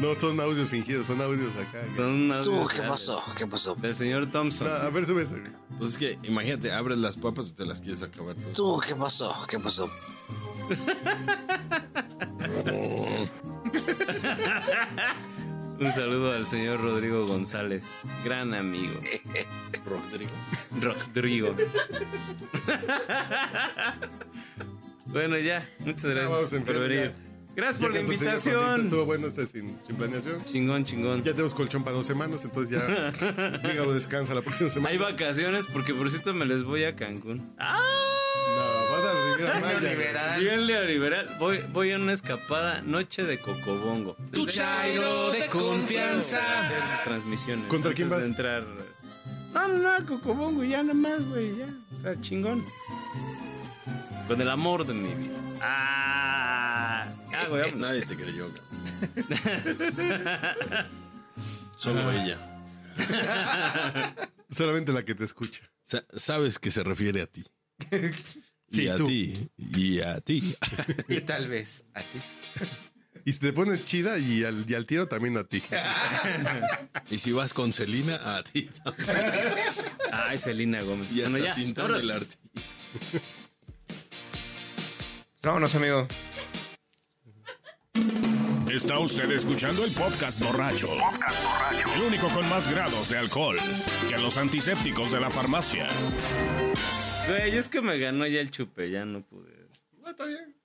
Speaker 6: No son audios fingidos, son audios acá. güey.
Speaker 7: Son
Speaker 1: ¿Tú
Speaker 7: audios
Speaker 1: qué
Speaker 7: reales.
Speaker 1: pasó? ¿Qué pasó?
Speaker 7: Del señor Thompson.
Speaker 6: No, a ver, sube ese.
Speaker 4: Pues es que, imagínate, abres las papas y te las quieres acabar todas.
Speaker 1: ¿Tú qué pasó? ¿Qué pasó?
Speaker 7: Un saludo al señor Rodrigo González, gran amigo.
Speaker 1: Eh.
Speaker 4: Rodrigo.
Speaker 7: Rodrigo. bueno, ya, muchas
Speaker 6: Ya Ah, vamos
Speaker 7: gracias
Speaker 6: enfriando
Speaker 7: por venir. Gracias por
Speaker 6: Ya
Speaker 7: la
Speaker 6: con tu señor Juanita
Speaker 7: invitación.
Speaker 6: Estuvo bueno este sin, sin planeación.
Speaker 7: Chingón, chingón.
Speaker 6: Ya tenemos colchón para dos semanas, entonces ya el hígado descansa la próxima semana.
Speaker 7: Hay vacaciones porque por cierto me les voy a Cancún.
Speaker 6: No, vas a vivir a Maya, güey.
Speaker 9: Neoliberal.
Speaker 7: Bien liberal, voy, voy a una escapada noche de Cocobongo.
Speaker 2: Tu chairo de confianza.
Speaker 7: Hacer transmisiones.
Speaker 6: ¿Contra quién
Speaker 7: antes de
Speaker 6: vas?
Speaker 7: entrar. No, no, no, Cocobongo, ya nada más, güey, ya. O sea, chingón. Con el amor de mi vida. Ah, ya, güey, vámonos.
Speaker 4: Nadie te creyó. cabrón. Solo ella.
Speaker 6: Solamente la que te escucha.
Speaker 4: Sa- sabes que se refiere a ti.
Speaker 6: Sí,
Speaker 4: y a
Speaker 6: tú.
Speaker 4: ti. Y a ti.
Speaker 9: Y tal vez a ti.
Speaker 6: Y si te pones chida y al, y al tiro también a ti.
Speaker 4: Y si vas con Celina, a ti. también.
Speaker 7: Ay, Celina Ah, Gómez.
Speaker 4: Y hasta
Speaker 7: Bueno, ya,
Speaker 4: Tintán
Speaker 7: ahora-
Speaker 4: el artista.
Speaker 9: Pues vámonos, amigo.
Speaker 2: Está usted escuchando el podcast borracho. El único con más grados de alcohol que los antisépticos de la farmacia.
Speaker 7: Güey, es que me ganó ya el chupe, ya no pude.
Speaker 6: No, está bien.